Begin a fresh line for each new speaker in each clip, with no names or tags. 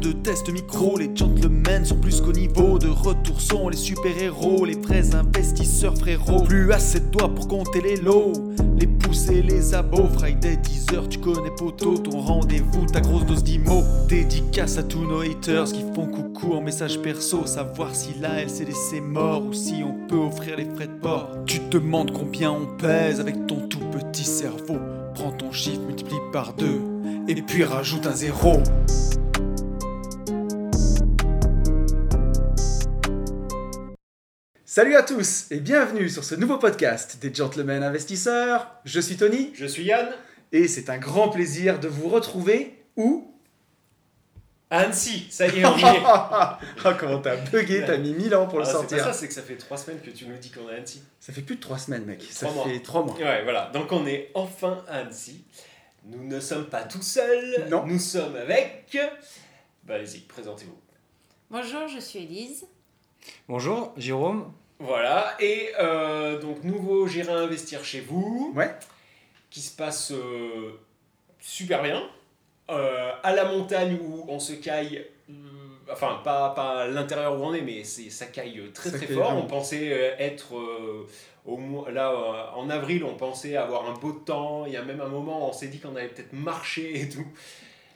de test micro. Les gentlemen sont plus qu'au niveau. De retour sont les super-héros, les vrais investisseurs frérots. Plus assez de doigts pour compter les lots. Les pousser, les abos. Friday 10h, tu connais poteau. Ton rendez-vous, ta grosse dose d'IMO. Dédicace à tous nos haters qui font coucou en message perso. Savoir si la LCD c'est mort ou si on peut offrir les frais de port. Tu te demandes combien on pèse avec ton tout petit cerveau. Prends ton chiffre, multiplie par deux, et puis rajoute un zéro.
Salut à tous et bienvenue sur ce nouveau podcast des Gentlemen Investisseurs. Je suis Tony
Je suis Yann.
et c'est un grand plaisir de vous retrouver où
Annecy, ça y est, on y est.
Ah comment t'as bugué, t'as mis 1000 ans pour le
Ah, c'est
sortir.
pas ça,
Ça.
c'est que ça fait trois semaines que tu nous dis qu'on est à Annecy.
fait plus de 3 semaines mec, ça
Trois mois.
fait 3 mois.
Ouais, voilà. Donc on est enfin à Annecy. Nous ne sommes pas tout seuls.
Non.
Nous sommes avec. Bah, allez-y, présentez-vous.
Bonjour, je suis Elise.
Bonjour, Jérôme.
Voilà. Et euh, donc, nouveau J'irai investir chez vous.
Ouais.
Qui se passe euh, super bien. Euh, à la montagne où on se caille. euh, Enfin, pas, pas à l'intérieur où on est, mais c'est, ça caille euh, très
Ça
très
caille
fort.
vraiment.
On pensait euh, être euh, au mois- là euh, en avril, on pensait avoir un beau temps. Il y a même un moment, on s'est dit qu'on allait peut-être marcher et tout.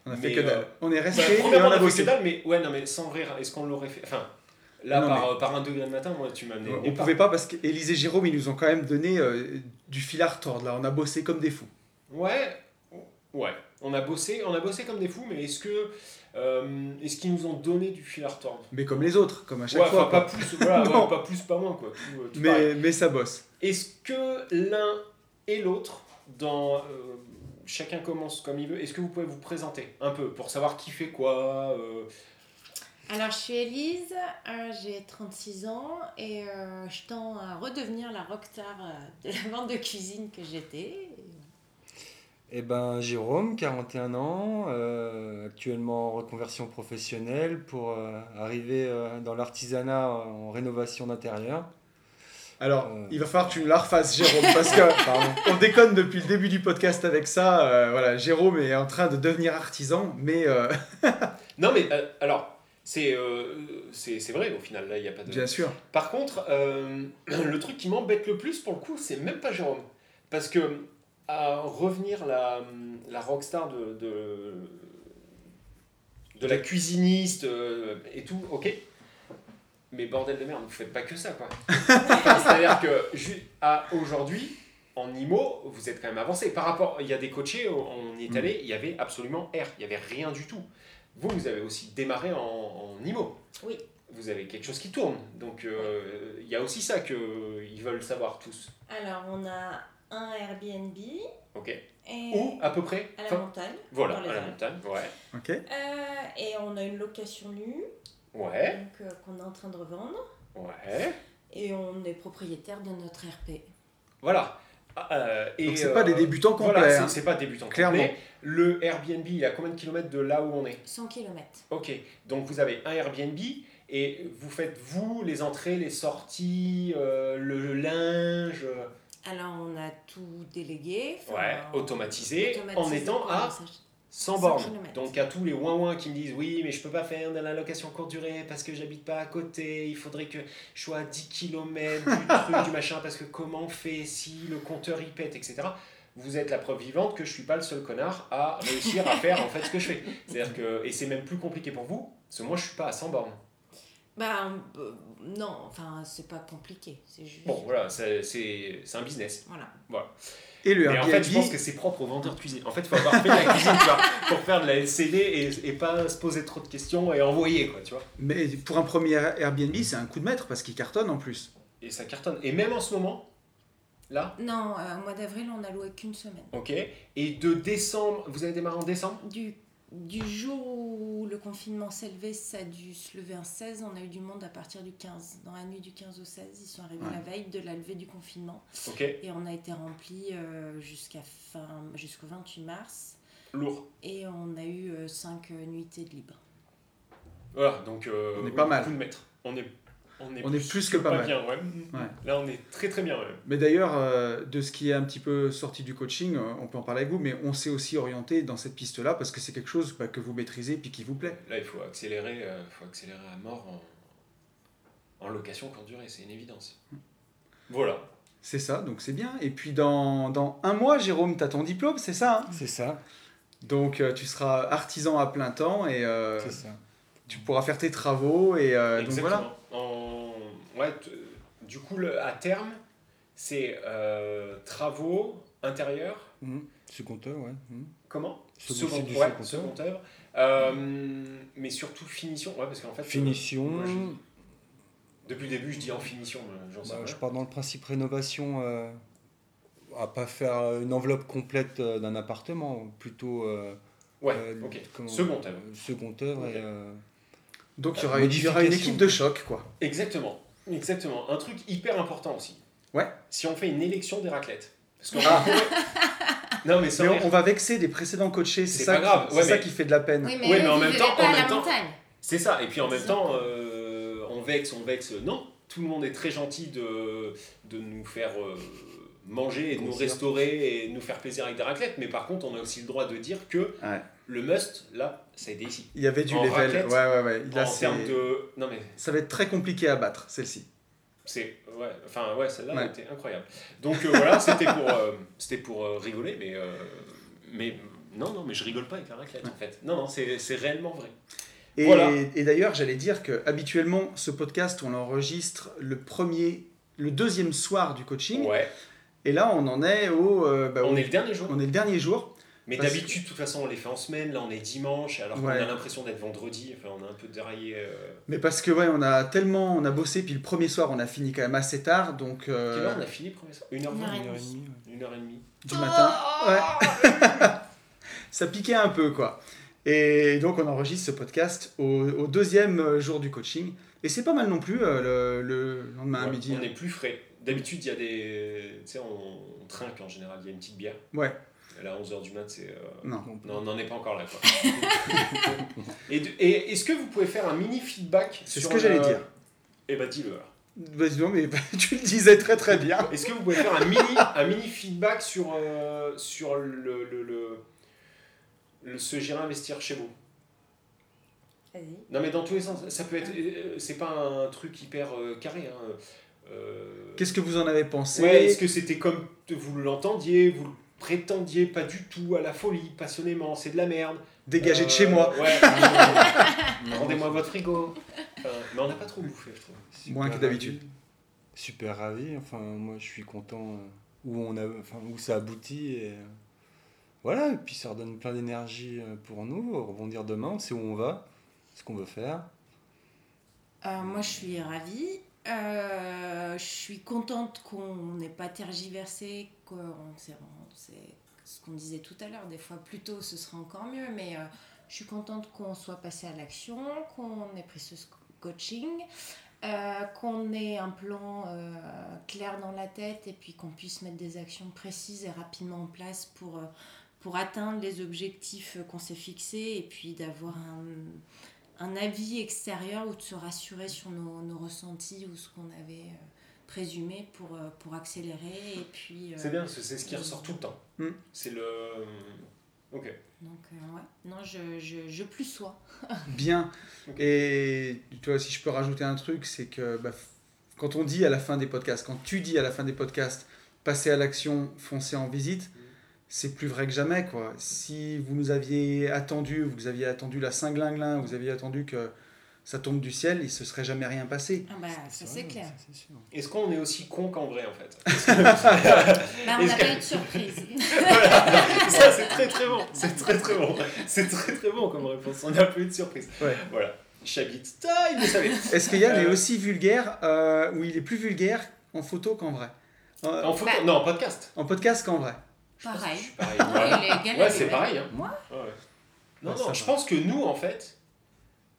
On a fait
Mais,
que
euh,
dalle. On est
Bah,
resté et
premièrement,
on
on
a
a fait que
bossé.
dalle, mais ouais, non, mais sans rire, est-ce qu'on l'aurait fait Enfin, là,
Non,
par, euh, par un degré le matin, moi, tu m'as amené.
On
nulle part.
pouvait pas parce qu'Élise et Jérôme ils nous ont quand même donné euh, du fil à retordre là, on a bossé comme des fous.
Ouais, ouais. On a bossé, on a bossé comme des fous, mais est-ce que, euh, est-ce qu'ils nous ont donné du fil à retordre
Mais comme les autres, comme à
Ouais,
chaque
enfin,
fois.
pas
quoi.
plus, voilà,
Non.
ouais, pas plus, pas moins, quoi. Tout, euh, tout pareil.
mais, mais ça bosse.
Est-ce que l'un et l'autre, dans euh, chacun commence comme il veut, est-ce que vous pouvez vous présenter un peu pour savoir qui fait quoi euh,
Alors, je suis Elise, euh, j'ai 36 ans et euh, je tends à redevenir la rockstar euh, de la vente de cuisine que j'étais.
Eh ben, Jérôme, 41 ans, euh, actuellement en reconversion professionnelle pour euh, arriver euh, dans l'artisanat en rénovation d'intérieur.
Alors,
Euh.
il va falloir que tu me la refasses, Jérôme, parce que
Pardon.
on déconne depuis le début du podcast avec ça. euh, voilà, Jérôme est en train de devenir artisan, mais euh,
Non, mais euh, alors, c'est euh, c'est c'est vrai au final, là, il n'y a pas de.
bien sûr.
Par contre, euh, le truc qui m'embête le plus pour le coup, c'est même pas Jérôme. Parce que à revenir la, la rockstar de, de, de la cuisiniste euh, et tout, ok. Mais bordel de merde, vous faites pas que ça quoi. C'est-à-dire que ju- à aujourd'hui, en IMO, vous êtes quand même avancé. Par rapport, il y a des coachés, on y est allé, il y avait absolument R, il y avait rien du tout. Vous, vous avez aussi démarré en, en IMO.
Oui.
Vous avez quelque chose qui tourne. Donc euh, il y a aussi ça qu'ils veulent savoir tous.
Alors, on a un Airbnb
Ok.
et
Ou à peu près.
à la
enfin,
montagne.
voilà,
dans les
à la
Alpes.
montagne. Ouais.
Ok.
Euh, et on a une location nue
Ouais.
donc, euh, qu'on est en train de revendre.
Ouais.
Et on est propriétaire de notre RP.
Voilà. Ah, euh, et,
Donc c'est pas des
euh,
débutants complets.
Voilà, c'est-
hein.
c'est pas débutant
Clairement.
complet. Le Airbnb, il y a combien de kilomètres de là où on est
100 km.
Ok, donc vous avez un Airbnb et vous faites vous les entrées, les sorties, euh, le linge, euh,
Alors, on a tout délégué. enfin,
ouais, automatisé, en
automatisé
étant
pour
à
le message.
100
100
bornes.
kilomètres.
Donc à tous les ouin-ouin qui me disent oui mais je peux pas faire de la location courte durée parce que j'habite pas à côté, il faudrait que je sois à 10 km du truc, du machin, parce que comment on fait si le compteur il pète, etc. Vous êtes la preuve vivante que je suis pas le seul connard à réussir à faire en fait ce que je fais. C'est-à-dire que, et c'est même plus compliqué pour vous, parce que moi je suis pas à 100 bornes.
Bah euh, non, enfin c'est pas compliqué, c'est juste.
Bon voilà, c'est- c'est c'est un business.
Voilà.
hein. Et le
Mais en
Airbnb.
fait, je pense que c'est propre aux vendeurs de cuisine. En fait, il faut avoir fait de la cuisine tu vois, pour faire de la LCD et, et pas se poser trop de questions et envoyer, quoi, tu vois.
Mais pour un premier Airbnb, c'est un coup de maître parce qu'il cartonne en plus.
Et ça cartonne. Et même en ce moment, là,
Non, euh, au mois d'avril on a loué qu'une semaine.
ok, et de décembre, vous avez démarré en décembre
Du, du jour où le confinement s'est levé, ça a dû se lever un 16, on a eu du monde à partir du 15. Dans la nuit du 15 au 16, ils sont arrivés
Ouais.
la veille de la levée du confinement.
Ok,
Et on a été rempli euh, jusqu'à fin jusqu'au 28 mars.
lourd.
Et on a eu 5 nuitées de libre.
Voilà, donc. euh,
On est pas mal.
Coup de maître. On est, on est,
On est plus que pas mal.
bien, ouais.
Ouais.
Là, on est très très bien. ouais.
Mais d'ailleurs, euh, de ce qui est un petit peu sorti du coaching, euh, on peut en parler avec vous, mais on s'est aussi orienté dans cette piste-là parce que c'est quelque chose bah, que vous maîtrisez puis qui vous plaît.
Là, il faut accélérer, euh, faut accélérer à mort en, en location courte durée, c'est une évidence. Voilà.
C'est ça, donc c'est bien. Et puis dans, dans un mois, Jérôme, t'as ton diplôme, c'est ça hein
C'est ça,
Donc euh, tu seras artisan à plein temps et euh,
c'est ça.
tu pourras faire tes travaux et euh, donc voilà.
En- ouais, t- Du coup, le- à terme, c'est euh, travaux intérieurs.
Mhm. Second œuvre, ouais. Mhm.
Comment
Second- c'est du
ouais,
second E.
second œuvre. Euh, mais surtout finition. Ouais, parce qu'en fait,
Finition.
moi, je- depuis le début, je dis en finition, mais j'en sais
Bah,
rien.
je pars dans le principe rénovation, euh, à pas faire une enveloppe complète euh, d'un appartement, plutôt euh,
Ouais,
euh,
ok.
comment-
Second œuvre.
second œuvre
Ok.
et, euh,
Donc il y
La
aura une- il y aura une
modification.
équipe de choc, quoi.
Exactement. Exactement. Un truc hyper important aussi.
Ouais.
Si on fait une élection des raclettes. Parce qu'on
Ah.
Non, mais sans
Mais
rire.
on, on va vexer des précédents coachés, c'est
C'est
ça,
pas
qui-
grave,
c'est
ouais,
ça
mais-
qui fait de la peine.
Oui, mais,
Oui,
eux,
mais en
ils
même
vivaient
temps-
pas
en
à
même
la
temps-
montagne.
C'est ça. Et puis en même
C'est
temps, euh, on vexe, on vexe. Non, tout le monde est très gentil de, de nous faire euh, manger et de nous
Grossir.
restaurer et de nous faire plaisir avec des raclettes. Mais par contre, on a aussi le droit de dire que
Ouais.
le must, là, ça a été ici.
Il y avait du
En
level.
raquette,
ouais, ouais, ouais. Là,
en
c'est-
termes de. Non, mais
Ça va être très compliqué à battre, celle-ci.
C'est ouais, enfin ouais, celle-là
Ouais.
était incroyable. Donc euh, voilà, c'était pour euh, c'était pour euh, rigoler, mais euh, mais non non, mais je rigole pas avec la raclette en fait. Non non, c'est c'est réellement vrai.
Et,
Voilà.
et d'ailleurs, j'allais dire que habituellement, ce podcast, on l'enregistre le premier, le deuxième soir du coaching.
Ouais.
Et là, on en est au, euh, bah,
On
au-
est le dernier jour.
on est le dernier jour.
Mais
parce-
d'habitude, de toute façon, on les fait en semaine. Là, on est dimanche, alors qu'on
Ouais.
a l'impression d'être vendredi. Enfin, on a un peu déraillé. euh.
Mais parce que ouais, on a tellement, on a bossé, puis le premier soir, on a fini quand même assez tard, donc euh,
Quelle heure on a fini, professeur Une heure vingt.
Ouais.
une heure et demie, ouais.
Une heure et demie.
du matin. Ouais. ça piquait un peu, quoi. Et donc, on enregistre ce podcast au, au deuxième euh, jour du coaching. Et c'est pas mal non plus euh, le, le lendemain à
Ouais,
midi.
on
hein.
est plus frais. D'habitude, il y a des. Tu sais, on, on trinque en général. Il y a une petite bière.
Ouais.
Là, 11h du mat, c'est. euh,
Non.
Non, on n'en est pas encore là. Quoi. et de- et est-ce que vous pouvez faire un mini feedback
C'est ce
sur
que j'allais
le-
dire.
Eh ben, dis-le alors.
Vas-y, non, mais tu le disais très très bien.
Est-ce que vous pouvez faire un mini, un mini feedback sur, euh, sur le, le, le, le- se gérer investir chez vous
Vas-y.
Non, mais dans tous les sens. Ça peut être. euh, C'est pas un truc hyper euh, carré. Hein. Euh,
Qu'est-ce que vous en avez pensé
ouais, Est-ce que c'était comme vous l'entendiez Vous le prétendiez pas du tout à la folie, passionnément C'est de la merde.
Dégagé de
Euh,
chez moi.
ouais.
Non,
Rendez-moi votre frigo. Enfin, mais on n'a pas trop bouffé, je trouve.
super
Moins que
ravi.
d'habitude.
Super ravi. Enfin, moi, je suis content euh, où on a, enfin, où ça aboutit. Et, euh, voilà. Et puis, ça redonne plein d'énergie euh, pour nous. Rebondir demain, on sait où on va, ce qu'on veut faire.
Euh, moi, je suis ravie. Euh, je suis contente qu'on n'ait pas tergiversé, qu'on s'est- on s'est- ce qu'on disait tout à l'heure. Des fois, plus tôt, ce sera encore mieux. Mais euh, je suis contente qu'on soit passé à l'action, qu'on ait pris ce sc- coaching, euh, qu'on ait un plan euh, clair dans la tête et puis qu'on puisse mettre des actions précises et rapidement en place pour, euh, pour atteindre les objectifs euh, qu'on s'est fixés et puis d'avoir un un avis extérieur ou de se rassurer sur nos, nos ressentis ou ce qu'on avait euh, présumé pour, euh, pour accélérer. Et puis, euh,
C'est bien, parce que c'est ce qui ressort tout le temps.
Hmm.
C'est le. euh, Ok.
Donc, euh, ouais. Non, je, je, je plus sois.
Bien. Et tu vois, si je peux rajouter un truc, c'est que bah, f- quand on dit à la fin des podcasts, quand tu dis à la fin des podcasts, passez à l'action, foncez en visite,
Mm.
c'est plus vrai que jamais, quoi. Si vous nous aviez attendu, vous aviez attendu la cinglinglin, vous aviez attendu que ça tombe du ciel, il se serait jamais rien passé.
Ah bah, ça c'est
vrai,
clair.
ça, c'est sûr.
Est-ce qu'on est aussi con qu'en vrai, en fait
Bah, on
Est-ce
n'a
que-
pas eu de surprise.
Ça, c'est très très bon. C'est très très bon. C'est très très bon comme réponse. On n'a pas eu de surprise.
Ouais.
Voilà. Chabit. Ah, il le savait.
Est-ce qu'il y a
Euh.
est aussi vulgaire, euh, où il est plus vulgaire en photo qu'en vrai Euh,
En photo.
Bah.
Non, en podcast.
En podcast qu'en vrai
Je pense que
Pareil.
je suis pareil.
Ouais,
Voilà.
les gars,
Ouais,
les
c'est
gars.
pareil. hein.
Moi
Ouais. Non,
Bah,
Ouais,
non,
ça
je
va.
pense que nous, en fait,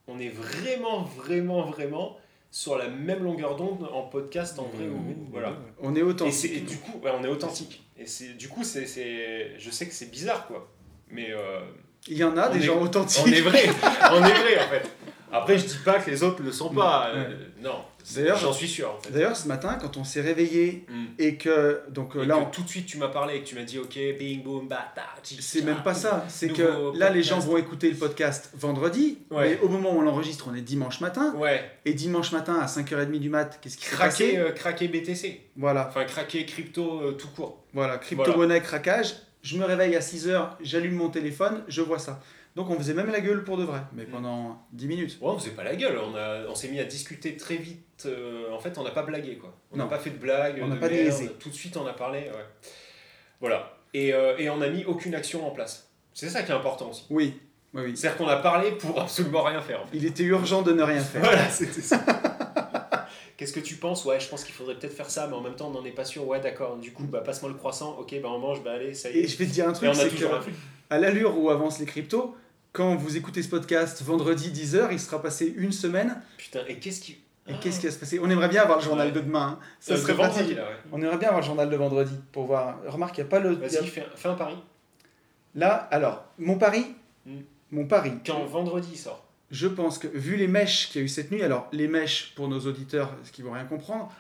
on est vraiment, vraiment, vraiment sur la même longueur d'onde en podcast, en vrai
Oui,
ou.
oui,
Voilà.
oui.
On est
Et, c'est- et
Mmh, authentique.
du coup, ouais, on est authentique. Et c'est du coup, c'est, c'est- je sais que c'est bizarre, quoi. Mais euh,
Il y en a
On
des
est-
gens
on
authentiques.
est vrai, on est vrai en fait. Après, je dis pas que les autres le sont pas.
Mmh. Ouais.
euh, Non.
D'ailleurs-
j'en suis sûr en fait.
D'ailleurs, ce matin, quand on s'est réveillé
Mm.
et que. Donc euh,
Et
là,
que
on-
tout de suite, tu m'as parlé et que tu m'as dit OK, bing, boom, bata, chicha.
c'est même pas ça. C'est
Nouveau
que là, les
podcast.
gens vont écouter le podcast vendredi.
Ouais.
Mais au moment où on l'enregistre, on est dimanche matin.
Ouais,
Et dimanche matin, à 5h30 du mat, qu'est-ce qui s'est
craquer,
passé
euh, craquer BTC.
Voilà.
Enfin, craquer crypto euh, tout court.
Voilà, crypto-monnaie, craquage. Je me réveille à 6 heures, j'allume mon téléphone, je vois ça. Donc on faisait même la gueule pour de vrai, mais
Mm.
pendant 10 minutes.
Ouais, on faisait pas la gueule. On, a- on s'est mis à discuter très vite. euh, en fait, on n'a pas blagué quoi. On n'a
Non.
pas fait de blagues.
On
de
n'a pas
merde.
niaisé.
Tout de suite, on a parlé. ouais. Voilà. Et, euh, et on n'a mis aucune action en place. C'est ça qui est important aussi.
Oui, oui, oui.
C'est-à-dire qu'on a parlé pour absolument rien faire en fait.
Il était urgent de ne rien faire.
Voilà, c'était ça. Qu'est-ce que tu penses Ouais, je pense qu'il faudrait peut-être faire ça, mais en même temps, on n'en est pas sûr. Ouais, d'accord. Du coup, bah, passe-moi le croissant. Ok, bah, on mange. Bah, allez, ça y
Et
est.
je vais te dire un
Et
truc,
on a
c'est
toujours un
que
truc.
à l'allure où avancent les cryptos, quand vous écoutez ce podcast vendredi 10h, il sera passé une semaine.
Putain, et qu'est-ce qui.
Et qu'est-ce qui va se passer On aimerait bien avoir le journal
Ah. Ouais.
de demain. hein. Ça
Euh,
serait
le vendredi,
pratique.
là, ouais.
On aimerait bien avoir le journal de vendredi pour voir. Remarque, il n'y a pas le. il y a-
Vas-y, fais, un- fais un pari.
Là, alors, mon pari.
Mm.
Mon pari.
Quand vendredi il sort.
Je pense que, vu les mèches qu'il y a eu cette nuit, alors les mèches pour nos auditeurs, ce qui vont rien comprendre,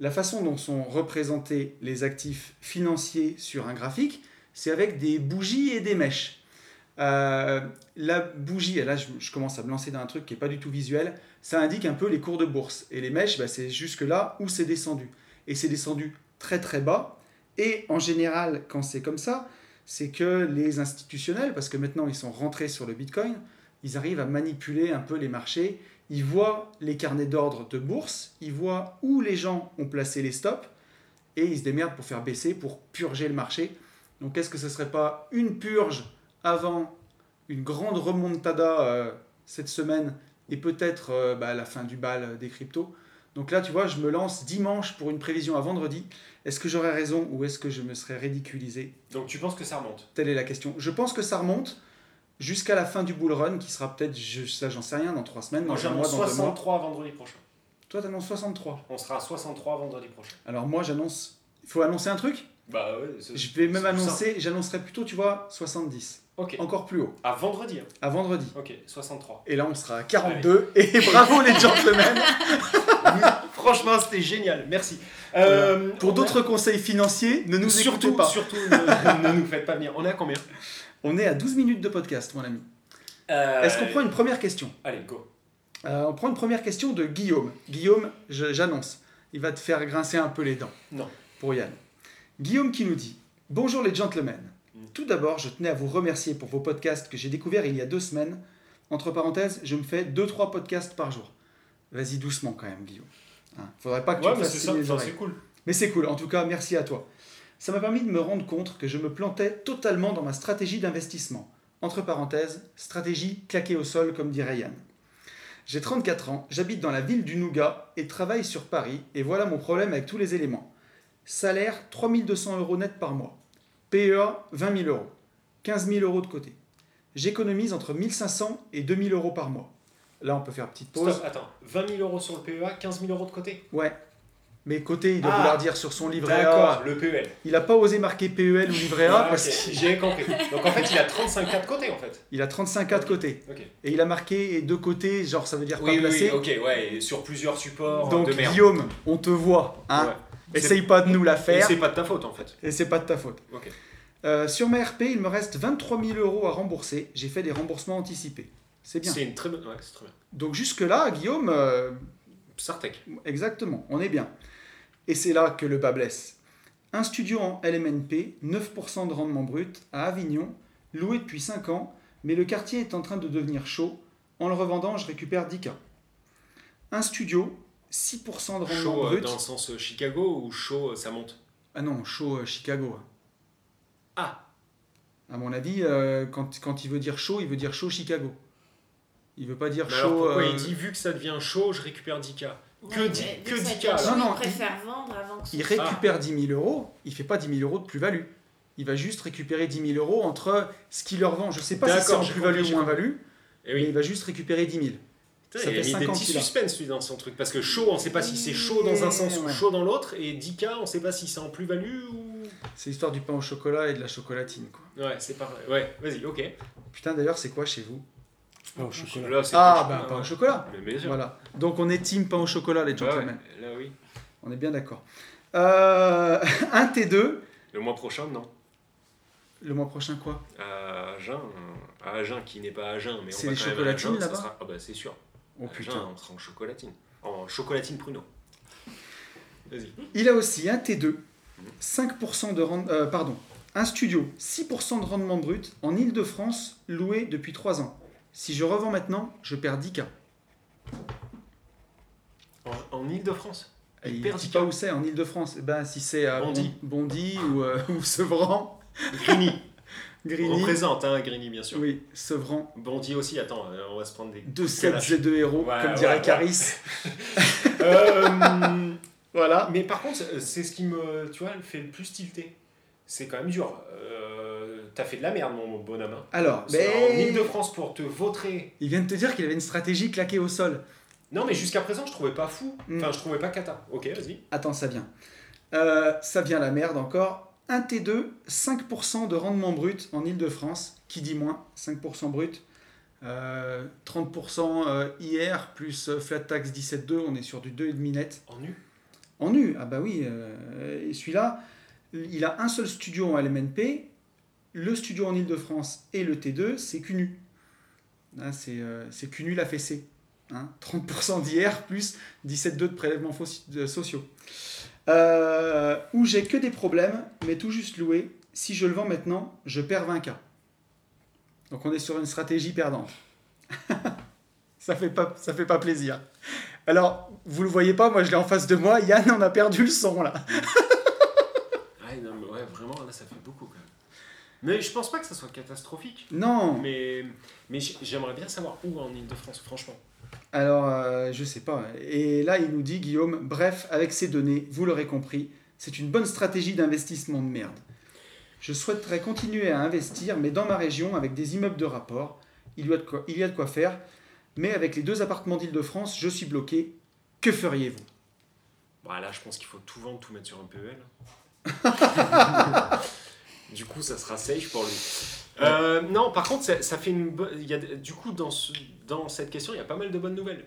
la façon dont sont représentés les actifs financiers sur un graphique, c'est avec des bougies et des mèches. Euh, la bougie, et là je, je commence à me lancer dans un truc qui n'est pas du tout visuel, ça indique un peu les cours de bourse. Et les mèches, bah, c'est jusque-là où c'est descendu. Et c'est descendu très très bas. Et en général, quand c'est comme ça, c'est que les institutionnels, parce que maintenant ils sont rentrés sur le Bitcoin, ils arrivent à manipuler un peu les marchés. Ils voient les carnets d'ordre de bourse, ils voient où les gens ont placé les stops et ils se démerdent pour faire baisser, pour purger le marché. Donc est-ce que ce serait pas une purge avant une grande remontada euh, cette semaine et peut-être euh, bah, la fin du bal euh, des cryptos Donc là, tu vois, je me lance dimanche pour une prévision à vendredi. Est-ce que j'aurais raison ou est-ce que je me serais ridiculisé
Donc tu penses que ça remonte
Telle est la question. Je pense que ça remonte jusqu'à la fin du bull run, qui sera peut-être, je, ça j'en sais rien, dans trois semaines,
Moi,
dans un mois,
j'annonce
dans deux mois.
63 vendredi prochain.
Toi, t'annonces 63.
On sera à 63 vendredi prochain.
Alors moi, j'annonce... Il faut annoncer un truc
Bah ouais, c'est-
Je vais même
c'est
annoncer, j'annoncerai plutôt, tu vois, 70.
Ok.
Encore plus haut,
À vendredi. hein.
à vendredi.
Ok, 63.
Et là, on sera à
Ah
42. Et bravo les gentlemen
Franchement, c'était génial. Merci. Euh,
Pour
on
d'autres conseils financiers, ne
a-
nous
surtout,
écoutez pas.
surtout, ne, ne nous faites pas venir. On est à combien
On est à 12 minutes de podcast, mon ami.
Euh,
Est-ce qu'on prend une première question
Allez, go.
Euh, On prend une première question de Guillaume. Guillaume, je- j'annonce, il va te faire grincer un peu les dents.
Non.
Pour Yann. Guillaume qui nous dit Bonjour les gentlemen.
Mm.
Tout d'abord, je tenais à vous remercier pour vos podcasts que j'ai découverts il y a deux semaines. Entre parenthèses, je me fais 2-3 podcasts par jour. Vas-y doucement quand même, Guillaume. Hein, Faudrait pas que
Ouais,
tu
mais
me
c'est
fasses
ça,
signer les
enfin,
oreilles.
c'est cool.
Mais c'est cool, en tout cas, merci à toi. Ça m'a permis de me rendre compte que je me plantais totalement dans ma stratégie d'investissement. Entre parenthèses, stratégie claquée au sol, comme dirait Yann. J'ai 34 ans, j'habite dans la ville du Nougat et travaille sur Paris, et voilà mon problème avec tous les éléments. Salaire 3200 euros net par mois. E PEA 20 000 euros. 15 000 euros de côté. J'économise entre 1500 et 2000 euros par mois. Là, on peut faire petite pause.
Stop, attends. 20 000 euros sur le E PEA, 15 000 euros de côté.
Ouais. Mais côté, il doit
Ah.
vouloir dire sur son livret A,
D'accord, le PEL.
il n'a pas osé marquer PEL ou livret A
Ah,
parce
ok, J'ai compris. Donc en fait, il a 35 cas de côté en fait.
qu'il a 35 cas de côté.
Ok.
Et il a marqué deux côtés, genre ça veut dire pas placé.
ok, ouais, et sur plusieurs supports
Donc
de merde.
Guillaume, on te voit. Hein.
Ouais.
Essaye pas de nous la
Et
faire
c'est pas de ta faute en fait.
et c'est pas de ta faute.
Ok.
Euh, sur ma RP, il me reste 23 000 euros à rembourser. J'ai fait des remboursements anticipés. C'est bien.
C'est une très bonne. Ouais, c'est très bien.
Donc jusque-là, Guillaume, euh,
Sartec.
Exactement, on est bien. Et c'est là que le bas blesse. Un studio en LMNP, 9% de rendement brut, à Avignon, loué depuis 5 ans, mais le quartier est en train de devenir chaud. En le revendant, je récupère 10K. Un studio, 6% de rendement
Chaud euh,
brut.
dans le sens euh, Chicago ou chaud euh, ça monte
Ah non, chaud euh, Chicago. hein.
Ah
À mon avis, euh, quand, quand il veut dire chaud, il veut dire chaud Chicago. Il veut pas dire
Mais alors
chaud.
pourquoi
euh,
il dit vu que ça devient chaud, je récupère 10K Que
mais
dit-
vu
que
ça
dit
dure,
Carl
il
Non, non,
préfère vendre avant que
Il
ce-
récupère
Ah.
10 000 euros, il fait pas 10 000 euros de plus-value. Il va juste récupérer 10 000 euros entre ce qu'il leur vend. Je sais pas si c'est
D'accord,
en
j'ai
plus-value
compris,
ou en value,
Eh
mais
oui.
il va juste récupérer 10 000.
Putain,
ça fait
il a mis des
50
petits
qu'il a.
suspens lui dans son truc parce que chaud, on sait pas si c'est chaud dans un sens ou
Ouais.
chaud dans l'autre et 10K, on sait pas si c'est en plus-value ou
C'est l'histoire du pain au chocolat et de la chocolatine. Quoi.
Ouais, c'est pareil. Ouais, vas-y, ok.
Putain, d'ailleurs, c'est quoi chez vous
Pain au chocolat.
Là, c'est
Ah,
pas
bah,
chocolat.
pain au chocolat.
Mais bien sûr.
Voilà. Donc on est team pain au chocolat, les
Bah ouais,
gentlemen.
Là, oui.
On est bien d'accord. Euh, un T2,
Le mois prochain, non.
le mois prochain quoi
À Agen, euh, à Agen qui n'est pas à Agen, mais on
C'est
va
les
quand même à
chocolatines,
Agen, ça
là-bas
sera- Ah bah c'est sûr.
Oh
À Agen,
putain.
on sera en chocolatine. En chocolatine pruneau. Vas-y.
Il a aussi un T2, 5% de rende- euh, pardon, un studio, 6% de rendement brut en Ile-de-France, loué depuis 3 ans. Si je revends maintenant, je perds 10K.
En, en Ile-de-France.
Et
Elle
il
perd
dit
10
pas où c'est en Ile-de-France. Eh Ben, si c'est à
Bondy.
Bon- Bondy ou, euh, ou Sevran,
Grigny.
Grigny.
Représente, hein, Grigny, bien sûr.
Oui, Sevran.
Bondy aussi, attends, euh, on va se prendre des.
Deux 7
Kalash.
z de héros,
Ouais,
comme
ouais,
dirait
ouais.
Caris.
Euh,
Voilà.
mais par contre, euh, c'est ce qui me tu vois, me fait le plus tilter. C'est quand même dur. Euh, T'as fait de la merde, mon bonhomme. hein.
Alors,
En
mais...
Ile-de-France pour te vautrer.
il vient de te dire qu'il avait une stratégie claquée au sol.
Non, mais jusqu'à présent, je trouvais pas fou.
Mm.
Enfin, je trouvais pas cata. Ok, vas-y.
Attends, ça vient. Euh, ça vient la merde encore. Un T2, 5% de rendement brut en Ile-de-France. Qui dit moins 5% brut. Euh, 30% euh, IR plus euh, flat tax 17,2. On est sur du 2,5 net.
En nu.
En nu, ah bah oui. euh, et celui-là, il a un seul studio en LMNP. Le studio en Ile-de-France et le T2, c'est QNU. Là, c'est euh, c'est QNU la fessée. hein. 30% d'IR plus 17,2 de prélèvements fossi- de- sociaux. Euh, où j'ai que des problèmes, mais tout juste loué. Si je le vends maintenant, je perds 20K. Donc on est sur une stratégie perdante. ça fait pas, ça fait pas plaisir. Alors, vous le voyez pas, moi je l'ai en face de moi. Yann, on a perdu le son là.
Ouais, non, mais ouais, vraiment, là, ça fait beaucoup quand même. Mais je pense pas que ça soit catastrophique.
Non.
Mais, mais j- j'aimerais bien savoir où en Ile-de-France, franchement.
Alors, euh, je sais pas. Et là, il nous dit, Guillaume, bref, avec ces données, vous l'aurez compris, c'est une bonne stratégie d'investissement de merde. Je souhaiterais continuer à investir, mais dans ma région, avec des immeubles de rapport, il y a de quoi, il y a de quoi faire. Mais avec les deux appartements d'Île-de-France, je suis bloqué. Que feriez-vous
Bah là, je pense qu'il faut tout vendre, tout mettre sur un PEL. du coup, ça sera safe pour lui. Euh, non, par contre, ça, ça fait une. bo- il y a, du coup, dans, ce- dans cette question, il y a pas mal de bonnes nouvelles.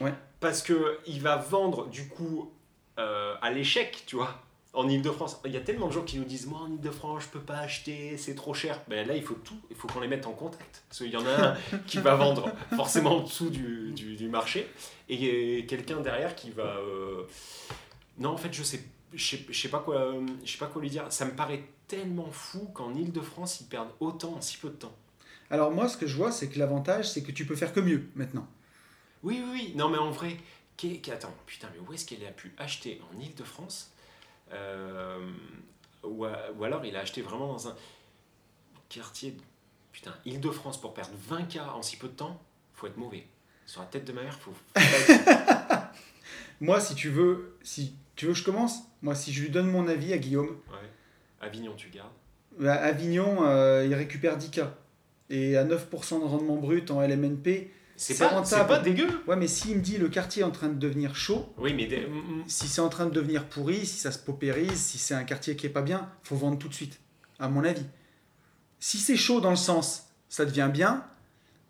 Ouais.
Parce que il va vendre, du coup, euh, à l'échec, tu vois, en Ile-de-France. Il y a tellement de gens qui nous disent Moi, en Ile-de-France, je peux pas acheter, c'est trop cher. Ben là, il faut tout. Il faut qu'on les mette en contact. Parce qu'il y en a un qui va vendre forcément en dessous du, du- du marché. Et il y a quelqu'un derrière qui va. euh, non, en fait, je sais, je sais, je sais pas quoi, euh, je sais pas quoi lui dire. Ça me paraît tellement fou qu'en Ile-de-France, ils perdent autant en si peu de temps.
Alors moi, ce que je vois, c'est que l'avantage, c'est que tu peux faire que mieux maintenant.
Oui, oui, oui. Non, mais en vrai, qu'est- qu'est- attends, putain, mais où est-ce qu'elle a pu acheter en Ile-de-France Euh, ou, à- ou alors il a acheté vraiment dans un quartier. de- Putain, Ile-de-France pour perdre 20K en si peu de temps, faut être mauvais. Sur la tête de ma mère, faut.
Moi, si tu veux, si tu veux, que je commence. Moi, si je lui donne mon avis à Guillaume,
Ouais. Avignon, tu gardes.
Bah, Avignon, euh, il récupère 10K. Et à 9% de rendement brut en LMNP.
C'est
C'est
pas, c'est
rentable.
pas dégueu.
Ouais, mais s'il me dit le quartier est en train de devenir chaud,
Oui, mais. des- mm, mm.
si c'est en train de devenir pourri, si ça se paupérise, si c'est un quartier qui est pas bien, faut vendre tout de suite, à mon avis. Si c'est chaud dans le sens, ça devient bien,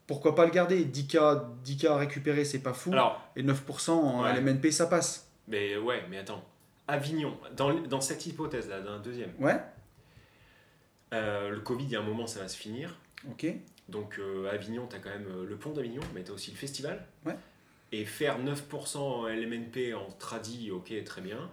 pourquoi pas le garder 10K, 10K à récupérer, c'est pas fou.
Alors,
et 9% en
Ouais.
LMNP, ça passe.
Mais ouais, mais attends. Avignon, dans, dans cette hypothèse-là, dans la deuxième,
Ouais,
euh, le Covid, il y a un moment, ça va se finir.
ok.
Donc euh, Avignon, tu as quand même euh, le pont d'Avignon, mais tu as aussi le festival.
Ouais.
Et faire 9% en LMNP en tradi, ok, très bien.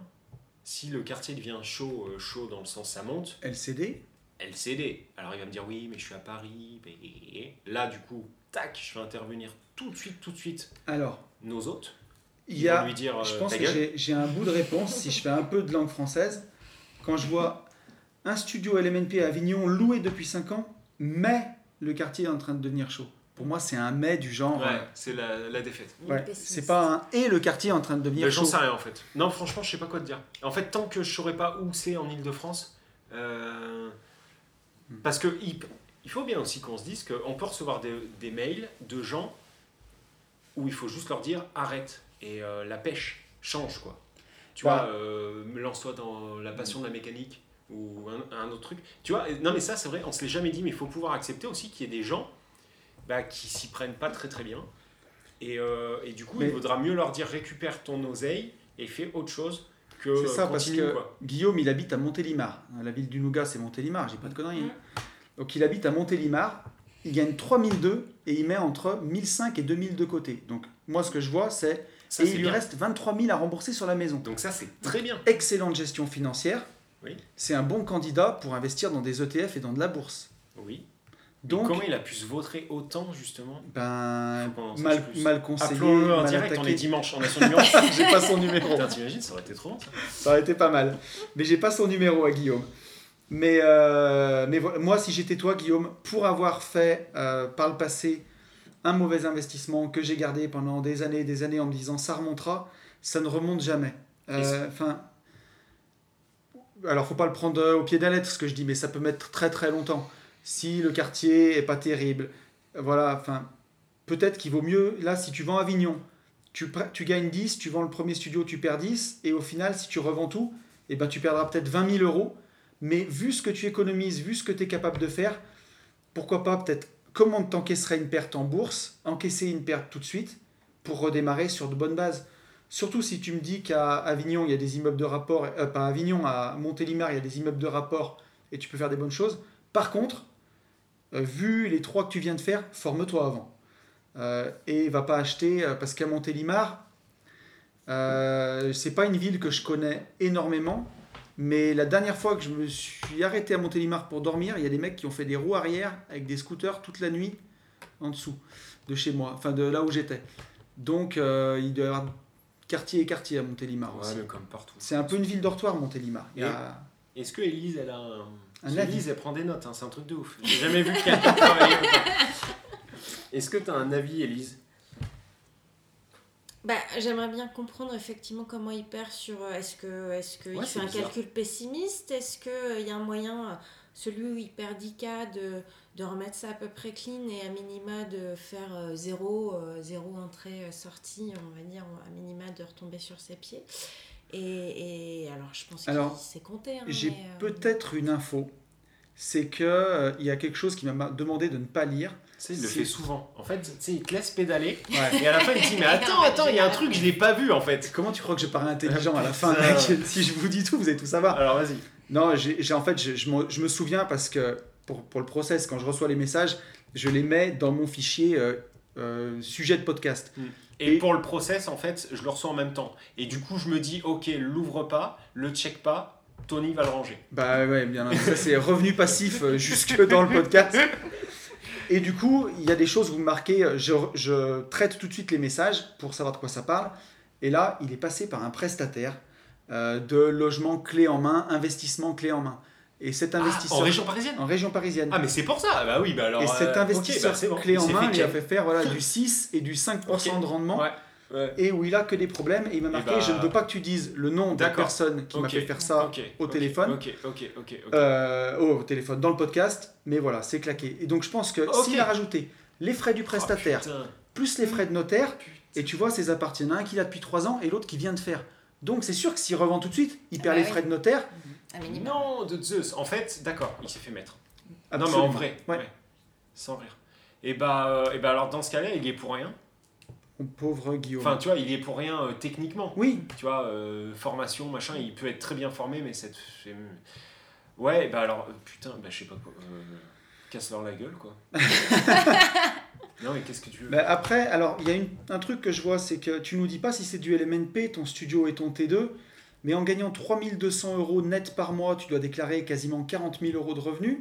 Si le quartier devient chaud, euh, chaud dans le sens ça monte,
LCD,
LCD. Alors il va me dire oui, mais je suis à Paris. mais- Là, du coup, tac, je vais intervenir tout de suite, tout de suite
alors,
nos hôtes.
il
Ils
y a...
vont lui dire euh,
Je pense
ta
que
gueule.
j'ai- j'ai un bout de réponse si je fais un peu de langue française. Quand je vois un studio LMNP à Avignon loué depuis 5 ans, mais le quartier est en train de devenir chaud. Pour moi, c'est un mais du genre.
Ouais, c'est la, la défaite.
euh, ouais, C'est pas un et le quartier est en train de devenir
Mais Bah, j'en
chaud.
sais rien en fait. Non, franchement, je sais pas quoi te dire. En fait, tant que je saurais pas où c'est en Ile-de-France, euh, parce que il, il faut bien aussi qu'on se dise qu'on peut recevoir des, des mails de gens où il faut juste leur dire arrête et euh, la pêche change quoi. Tu
Bah.
vois, euh, me lance-toi dans la passion de la mécanique ou un, un autre truc. Tu vois, et- non mais ça c'est vrai, on se l'est jamais dit, mais il faut pouvoir accepter aussi qu'il y ait des gens bah, qui s'y prennent pas très très bien. Et, euh, et du coup,
Mais-
il vaudra mieux leur dire récupère ton oseille et fais autre chose que
C'est ça,
euh,
parce
continue.
que
quoi.
Guillaume, il habite à Montélimar. Hein, La ville du Nougat, c'est Montélimar, j'ai pas de conneries. hein.
Mhm.
Donc il habite à Montélimar, il gagne 3002 et il met entre 1005 et 2000 de côté. Donc moi, ce que je vois, c'est.
Ça,
Et
c'est
il lui
bien.
reste 23 000 à rembourser sur la maison.
Donc ça, c'est très bien.
Excellente gestion financière.
Oui.
C'est un bon candidat pour investir dans des ETF et dans de la bourse.
Oui. Donc,
Donc,
comment il a pu se vautrer autant, justement
ben,
Faut qu'on en sache
mal,
plus.
mal conseillé,
Appelons-le en
mal
direct, on est
attaqué.
dimanche, on a son numéro.
J'ai pas son numéro.
Putain, t'imagines, ça aurait été trop bon, ça.
Ça aurait été pas mal. Mais j'ai pas son numéro à Guillaume. Mais, euh, mais voilà, moi, si j'étais toi, Guillaume, pour avoir fait euh, par le passé un mauvais investissement que j'ai gardé pendant des années et des années en me disant ça remontera, ça ne remonte jamais. Euh, Enfin. alors, faut pas le prendre euh, au pied de la lettre, ce que je dis, mais ça peut mettre très très longtemps. Si le quartier est pas terrible, euh, voilà, enfin, peut-être qu'il vaut mieux, là, si tu vends Avignon, tu, pr- tu gagnes 10, tu vends le premier studio, tu perds 10, et au final, si tu revends tout, eh ben, tu perdras peut-être 20 000 euros. Mais vu ce que tu économises, vu ce que tu es capable de faire, pourquoi pas peut-être comment t'encaisserais une perte en bourse, encaisser une perte tout de suite pour redémarrer sur de bonnes bases. Surtout si tu me dis qu'à Avignon, il y a des immeubles de rapport, euh, pas à Avignon, à Montélimar, il y a des immeubles de rapport et tu peux faire des bonnes choses. Par contre, euh, vu les trois que tu viens de faire, forme-toi avant. Euh, et va pas acheter, euh, parce qu'à Montélimar, euh, c'est pas une ville que je connais énormément, mais la dernière fois que je me suis arrêté à Montélimar pour dormir, il y a des mecs qui ont fait des roues arrière avec des scooters toute la nuit en dessous de chez moi, enfin de là où j'étais. Donc euh, il doit y avoir quartier et quartier à Montélimar aussi.
Ah, Ouais, mais comme partout.
C'est un peu une ville dortoir, Montélimar. Il y a-
Est-ce que Elise, elle a un.
Un avis.
Elise, elle prend des notes, hein, c'est un truc de ouf. J'ai jamais vu quelqu'un travailler autant. Est-ce que t'as un avis, Elise
Bah, j'aimerais bien comprendre effectivement comment il perd sur. euh, Est-ce que, est-ce que
Ouais,
il fait
c'est
un
bizarre.
calcul pessimiste Est-ce que euh, il y a un moyen, euh, celui où il perd 10K, de, de remettre ça à peu près clean et à minima de faire euh, zéro, euh, zéro entrée euh, sortie, on va dire, à minima de retomber sur ses pieds et, et alors je pense qu'il
Alors,
s'est compté. hein,
J'ai
mais, euh,
peut-être une info. C'est que euh, il y a quelque chose qui m'a demandé de ne pas lire.
Tu sais, il le
Si.
fait souvent. En fait, tu sais, il te laisse pédaler.
Ouais.
Et à la fin, il te dit Mais attends, attends, il y a un truc, je l'ai pas vu en fait.
Comment tu crois que je parais intelligent à la fin,
Putain.
mec Si je vous dis tout, vous allez tout savoir.
Alors vas-y.
Non, j'ai j'ai- en fait, je, je m'en- je me souviens parce que pour, pour le process, quand je reçois les messages, je les mets dans mon fichier euh, euh, sujet de podcast.
Et,
Et-
pour le process, en fait, je le reçois en même temps. Et du coup, je me dis Ok, l'ouvre pas, le check pas, Tony va le ranger.
Bah ouais, bien. Ça, c'est revenu passif euh, jusque dans le podcast. Et du coup, il y a des choses, vous me marquez, euh, je, je traite tout de suite les messages pour savoir de quoi ça parle. Et là, il est passé par un prestataire euh, de logement clé en main, investissement clé en main. Et cet
Ah,
investisseur.
en région parisienne
en région parisienne.
Ah, mais c'est pour ça Bah oui, bah alors.
et
euh,
cet
ok,
investisseur
bah, c'est bon.
clé
Il
en
s'est
main
fait
lui a
check.
fait faire voilà, du 6 et du 5%
Ok.
de rendement.
Ouais. Ouais.
Et où il a que des problèmes. Et il m'a
Et
marqué
bah-
Je ne veux pas que tu dises le nom de la
D'accord.
personne qui m'a
Ok.
fait faire ça
Ok,
au
ok,
téléphone.
Ok, ok, ok. ok.
euh, au téléphone dans le podcast. Mais voilà, c'est claqué. Et donc je pense que
Ok.
s'il a rajouté les frais du prestataire,
Oh, putain.
plus les frais de notaire,
Putain.
et tu vois, ces appartiennent à un qu'il a depuis 3 ans et l'autre qui vient de faire. Donc c'est sûr que s'il revend tout de suite, il
Ah
perd
bah
les
oui.
frais de notaire.
à minima.
Non, de Zeus. En fait, d'accord, il s'est fait mettre. Non,
Absolument.
mais en vrai,
Ouais.
ouais. sans rire. Et bah, euh, et bah alors dans ce cas-là, il y est pour rien.
Mon pauvre Guillaume.
Enfin, tu vois, il y est pour rien euh, techniquement.
oui,
Tu vois, euh, formation, machin, il peut être très bien formé, mais cette. c'est- Ouais, et bah alors, euh, putain, bah je sais pas quoi. euh, Casse-leur la gueule, quoi. non, mais qu'est-ce que tu veux
Bah, après, alors il y a une- un truc que je vois, c'est que tu nous dis pas si c'est du LMNP, ton studio et ton T2, mais en gagnant 3200 euros net par mois, tu dois déclarer quasiment 40 000 euros de revenus.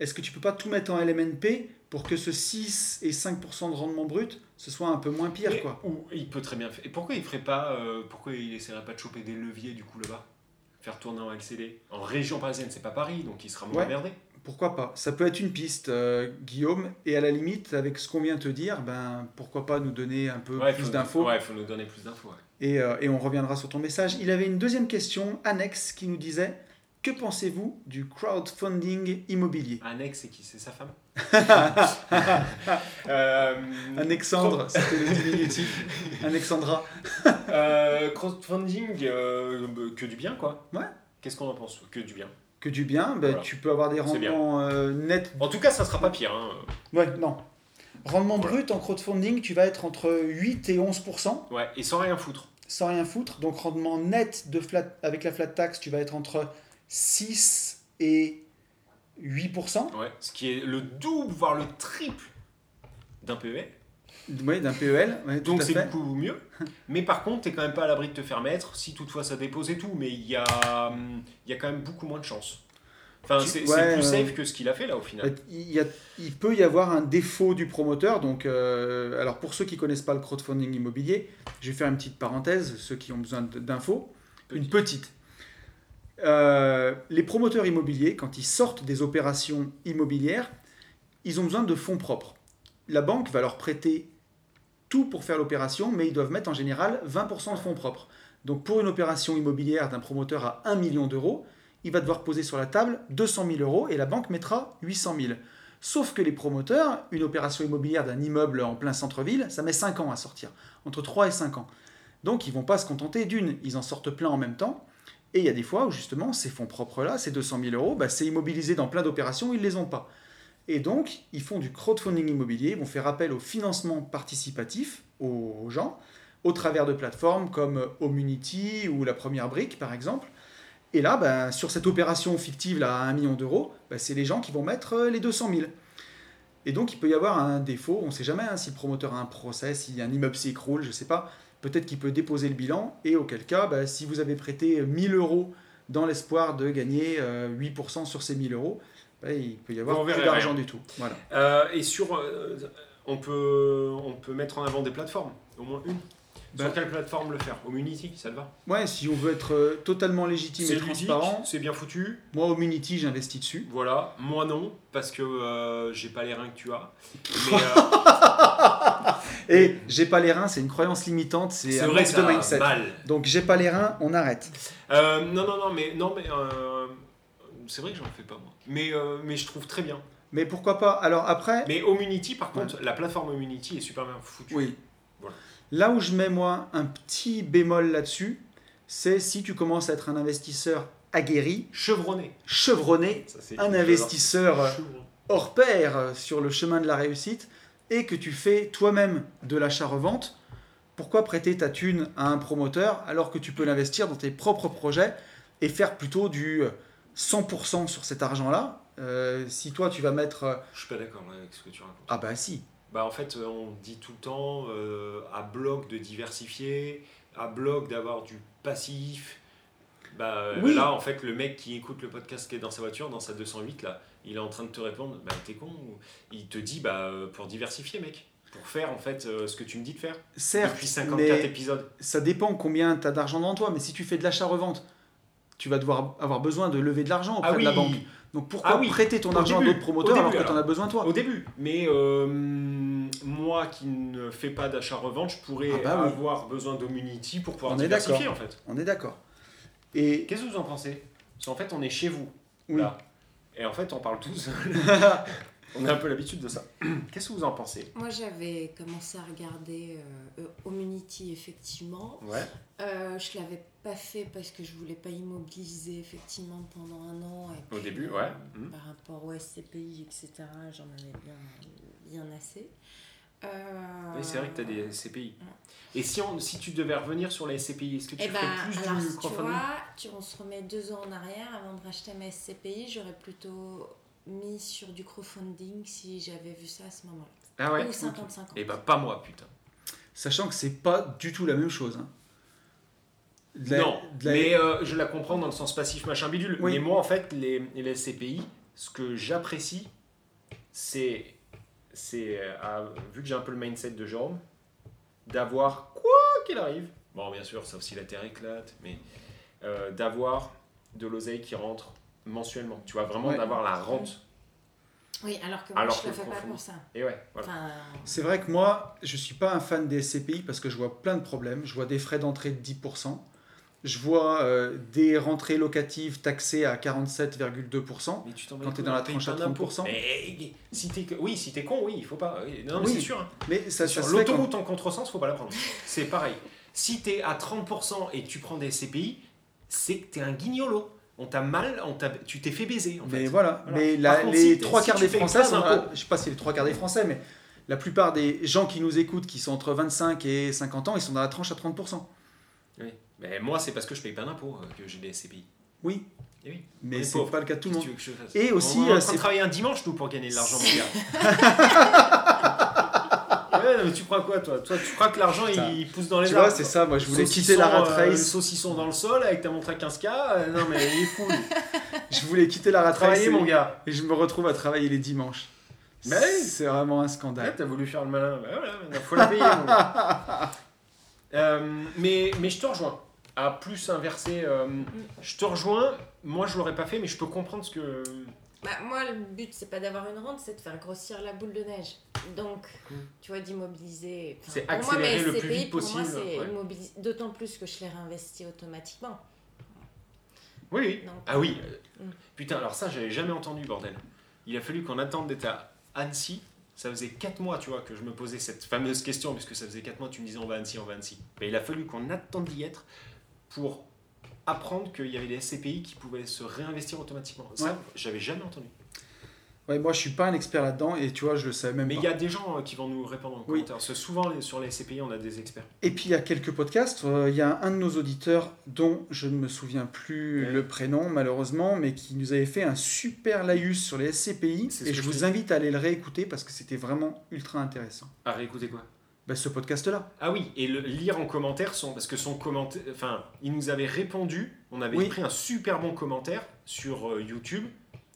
Est-ce que tu peux pas tout mettre en LMNP pour que ce 6 et 5% de rendement brut, ce soit un peu moins pire
Mais-
quoi
Ou il peut très bien faire. Et pourquoi il ferait pas. euh, pourquoi il essaierait pas de choper des leviers du coup là-bas Faire tourner en LCD En région parisienne, c'est pas Paris, donc il sera moins
Ouais.
merdé.
Pourquoi pas Ça peut être une piste, euh, Guillaume, et à la limite, avec ce qu'on vient de te dire, ben, pourquoi pas nous donner un peu
Ouais, faut
plus
nous-
d'infos
Ouais, il faut nous donner plus d'infos. ouais.
Et, euh, et on reviendra sur ton message. Il avait une deuxième question annexe qui nous disait Que pensez-vous du crowdfunding immobilier
Annex, c'est qui C'est sa femme Euh,
Alexandre, c'était le diminutif. Alexandra.
Euh, crowdfunding, euh, bah, que du bien, quoi.
Ouais.
Qu'est-ce qu'on en pense Que du bien.
Que du bien, bah,
Voilà.
tu peux avoir des
C'est bien.
rendements euh, nets.
En tout cas, ça sera pas pire. hein.
Ouais, non. Rendement brut en crowdfunding, tu vas être entre 8 et 11%,
Ouais, et sans rien foutre.
sans rien foutre. Donc rendement net de flat, avec la flat tax, tu vas être entre 6 et 8%.
Ouais, ce qui est le double, voire le triple d'un PEL.
Oui, d'un PEL. ouais, tout
Donc
à
c'est
fait.
beaucoup mieux. Mais par contre, t'es quand même pas à l'abri de te faire mettre, si toutefois ça dépose et tout. Mais il y a, hum, il y a quand même beaucoup moins de chances. Enfin,
Tu-
c'est
ouais,
c'est plus
ouais.
safe que ce qu'il a fait là au final.
Bah, Il, y a- il peut y avoir un défaut du promoteur. Donc, euh, alors pour ceux qui connaissent pas le crowdfunding immobilier, je vais faire une petite parenthèse, ceux qui ont besoin d- d'infos, une petite. Euh, les promoteurs immobiliers, quand ils sortent des opérations immobilières, ils ont besoin de fonds propres. La banque va leur prêter tout pour faire l'opération, mais ils doivent mettre en général 20% de fonds propres. Donc pour une opération immobilière d'un promoteur à 1 million d'euros, il va devoir poser sur la table 200 000 euros et la banque mettra 800 000. Sauf que les promoteurs, une opération immobilière d'un immeuble en plein centre-ville, ça met 5 ans à sortir, entre 3 et 5 ans. Donc ils vont pas se contenter d'une, ils en sortent plein en même temps. Et il y a des fois où justement ces fonds propres-là, ces 200 000 euros, bah, c'est immobilisé dans plein d'opérations, ils les ont pas. Et donc ils font du crowdfunding immobilier, ils vont faire appel au financement participatif aux aux gens, au travers de plateformes comme Omunity ou La Première Brique par exemple. Et là, ben, sur cette opération fictive là, à 1 million d'euros, ben, c'est les gens qui vont mettre euh, les 200 000. Et donc, il peut y avoir un défaut, on ne sait jamais hein, si le promoteur a un procès, si un immeuble s'écroule, je ne sais pas. Peut-être qu'il peut déposer le bilan, et auquel cas, ben, si vous avez prêté 1000 euros dans l'espoir de gagner euh, 8% sur ces 1000 euros, ben, il peut y avoir
Vous en
plus
verrez
d'argent
rien.
du tout. Voilà.
Euh, et sur, euh, on peut, on peut mettre en avant des plateformes, au moins une.
Bah-
sur quelle plateforme le faire Omunity, ça te va
Ouais, si on veut être euh, totalement légitime
C'est
et
ludique,
transparent,
c'est bien foutu.
moi, Omunity, j'investis dessus.
Voilà, moi non, parce que euh, j'ai pas les reins que tu as. Mais, euh,
Et j'ai pas les reins, c'est une croyance limitante, c'est
c'est
un
vrai,
manque
ça
de mindset.
mal.
Donc j'ai pas les reins, on arrête.
Euh, non, non, non, mais non, mais euh, c'est vrai que j'en fais pas moi. Mais euh, mais je trouve très bien.
Mais pourquoi pas Alors après,
Mais Omunity, par contre, la plateforme Omunity est super bien foutue.
oui.
Voilà.
Là où je mets moi un petit bémol là-dessus, c'est si tu commences à être un investisseur aguerri,
Chevronné.
chevronné,
Ça, c'est-
un
j'adore.
investisseur euh,
Chevronné.
hors pair euh, sur le chemin de la réussite et que tu fais toi-même de l'achat-revente, pourquoi prêter ta thune à un promoteur alors que tu peux l'investir dans tes propres projets et faire plutôt du euh, 100% sur cet argent-là Euh, Si toi tu vas mettre... euh,
Je suis pas d'accord là, avec ce que tu racontes.
Ah bah si,
Bah en fait, euh, on dit tout le temps euh, à bloc de diversifier, à bloc d'avoir du passif. Bah, euh,
Oui.
Là, en fait, le mec qui écoute le podcast qui est dans sa voiture, dans sa 208, là, il est en train de te répondre, bah t'es con. ou- Il te dit, bah euh, pour diversifier, mec, pour faire en fait euh, ce que tu me dis de faire
certes,
depuis 54
mais
épisodes.
ça dépend combien tu as d'argent dans toi, mais si tu fais de l'achat-revente, tu vas devoir avoir besoin de lever de l'argent auprès
Ah oui,
de la banque. Donc pourquoi
Ah oui,
prêter ton
au
argent
début,
à d'autres promoteurs
au
alors
début,
que tu en as besoin toi
au début. Mais euh, moi qui ne fais pas d'achat-revente, je pourrais
Ah bah oui.
avoir besoin d'Omunity pour pouvoir
On est
diversifier en fait.
On est d'accord. Et
Qu'est-ce que vous en pensez Parce qu'en fait, on est chez vous.
oui.
Là. Et en fait, on parle tous. on a un peu l'habitude de ça. Qu'est-ce que vous en pensez
Moi, j'avais commencé à regarder euh, euh, Omunity, effectivement.
Ouais.
Euh, je l'avais pas fait parce que je voulais pas immobiliser, effectivement, pendant un an. et
Au
puis,
début,
euh,
ouais. Mhm.
Par rapport au SCPI, etc., j'en avais bien, bien assez. Euh,
Oui, c'est vrai que tu as des SCPI. Et si, on, si tu devais revenir sur les SCPI, est-ce que tu
Eh ben,
ferais plus
alors,
du
si tu
crowdfunding
vois, tu- on se remet deux ans en arrière avant de racheter ma SCPI. J'aurais plutôt mis sur du crowdfunding si j'avais vu ça à ce moment-là.
Ah ouais
Ou 50-50.
Et bah, pas moi, putain.
Sachant que c'est pas du tout la même chose. hein. De la-
non,
de la-
mais euh, je la comprends dans le sens passif, machin bidule.
Oui.
Mais moi, en fait, les, les SCPI, ce que j'apprécie, c'est, c'est euh, à- vu que j'ai un peu le mindset de Jérôme, d'avoir, quoi qu'il arrive, bon, bien sûr, sauf si la Terre éclate, mais euh, d'avoir de l'oseille qui rentre mensuellement. Tu vois, vraiment
Ouais.
d'avoir la rente.
Oui, alors que moi,
Alors
je
que
ne le
le
fais pas
crowdfunding-
pour ça.
Et ouais, voilà.
Enfin,
C'est vrai que moi, je suis pas un fan des SCPI parce que je vois plein de problèmes. Je vois des frais d'entrée de 10%. Je vois euh, des rentrées locatives taxées à 47,2%.
Mais tu t'en
Quand t'es dans la tranche à 30%.
Mais, Eh, si t'es, oui, si t'es con, oui, il faut pas. Non, mais
Oui.
c'est sûr. hein.
Mais ça, ça
Sur
se fait quand-
l'autoroute en contresens, faut pas la prendre. C'est pareil. Si t'es à 30% et que tu prends des CPI, c'est que t'es un guignolo. On t'a mal, on t'a, tu t'es fait baiser en
Mais
fait.
voilà.
Voilà.
Mais
Par
la-
contre, si
les
t'es-
trois
si
quarts
tu
des
fais
Français
pas
sont. à-
d'impôts.
Je sais pas si les trois quarts des Français, mais la plupart des gens qui nous écoutent, qui sont entre 25 et 50 ans, ils sont dans la tranche à 30%.
Oui. Mais moi, c'est parce que je paye pas d'impôts euh, que j'ai des CPI.
Oui.
Eh oui. On
Mais
est
c'est
pauvres.
pas le cas de tout le
Qu'est-ce
monde.
que tu veux que je fasse
Et aussi,
On est en
euh,
train
c'est-
de travailler un dimanche, nous, pour gagner de l'argent, mon gars. ouais, non, mais tu crois quoi, toi Toi, tu crois que l'argent,
Putain.
il pousse dans les
Tu
arbres,
vois, c'est
toi.
ça, moi je voulais
Saucisson,
quitter la rat
euh,
race.
saucisson dans le sol avec ta montre à 15K. euh, non, mais il est fou. lui.
Je voulais quitter la rat race
Travaillez,
et,
mon gars.
et je me retrouve à travailler les dimanches.
Mais oui.
C'est vraiment un
Ouais,
scandale.
t'as voulu faire le malin. Bah voilà, maintenant, faut la payer, mon gars. Euh, mais, mais je te rejoins. À plus inverser, euh, je te rejoins. Moi, je l'aurais pas fait, mais je peux comprendre ce que.
Bah, moi, le but, c'est pas d'avoir une rente, c'est de faire grossir la boule de neige. Donc,
Mm.
tu vois, d'immobiliser. Enfin,
C'est
pour moi,
accélérer
mes
le plus vite
pour moi,
possible,
c'est
ouais.
immobilis- D'autant plus que je les réinvestis automatiquement.
Oui, oui.
Donc,
Ah oui.
Mm.
Putain, alors ça, j'avais jamais entendu, bordel. Il a fallu qu'on attende d'être à Annecy. Ça faisait 4 mois, tu vois, que je me posais cette fameuse question, puisque ça faisait 4 mois, tu me disais on va à Annecy, on va à Annecy. Mais il a fallu qu'on attende d'y être pour apprendre qu'il y avait des SCPI qui pouvaient se réinvestir automatiquement. Ça,
Ouais.
j'avais jamais entendu.
Ouais, moi je suis pas un expert là-dedans et tu vois, je le savais même
Mais il
pas.
y a des gens euh, qui vont nous répondre en
Oui.
commentaire. Parce que souvent, les- sur les SCPI, on a des experts.
Et puis il y a quelques podcasts, euh, il y a un de nos auditeurs dont je ne me souviens plus
Ouais.
le prénom malheureusement, mais qui nous avait fait un super laïus sur les SCPI
C'est ce
et
que
je
je
vous
dis.
invite à aller le réécouter parce que c'était vraiment ultra intéressant.
À réécouter quoi
Bah, ce podcast-là.
Ah oui, et le lire en commentaire son, parce que son commentaire, enfin, il nous avait répondu, on avait
Oui.
pris un super bon commentaire sur euh, YouTube.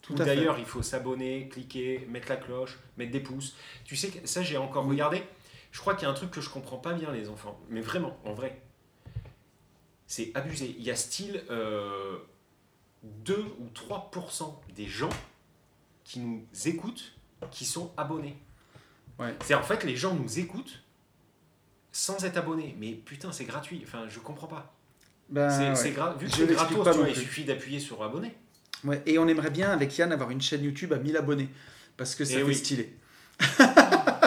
Tout
où
à fait.
D'ailleurs, il faut s'abonner, cliquer, mettre la cloche, mettre des pouces. Tu sais que ça, j'ai encore regardé. Je crois qu'il y a un truc que je comprends pas bien, les enfants. Mais vraiment, en vrai, c'est abusé. Il y a style euh, 2 ou 3% des gens qui nous écoutent qui sont abonnés.
Ouais.
C'est en fait, les gens nous écoutent sans être abonnés. Mais putain, c'est gratuit. Enfin, je comprends pas.
Bah,
c'est
ouais.
c'est gra- Vu que
Je
c'est
l'explique
gratos,
pas
tu
non
vois, il
plus.
suffit d'appuyer sur abonner.
Ouais, et on aimerait bien avec Yann avoir une chaîne YouTube à 1000 abonnés parce que ça
Eh
fait
oui.
stylé.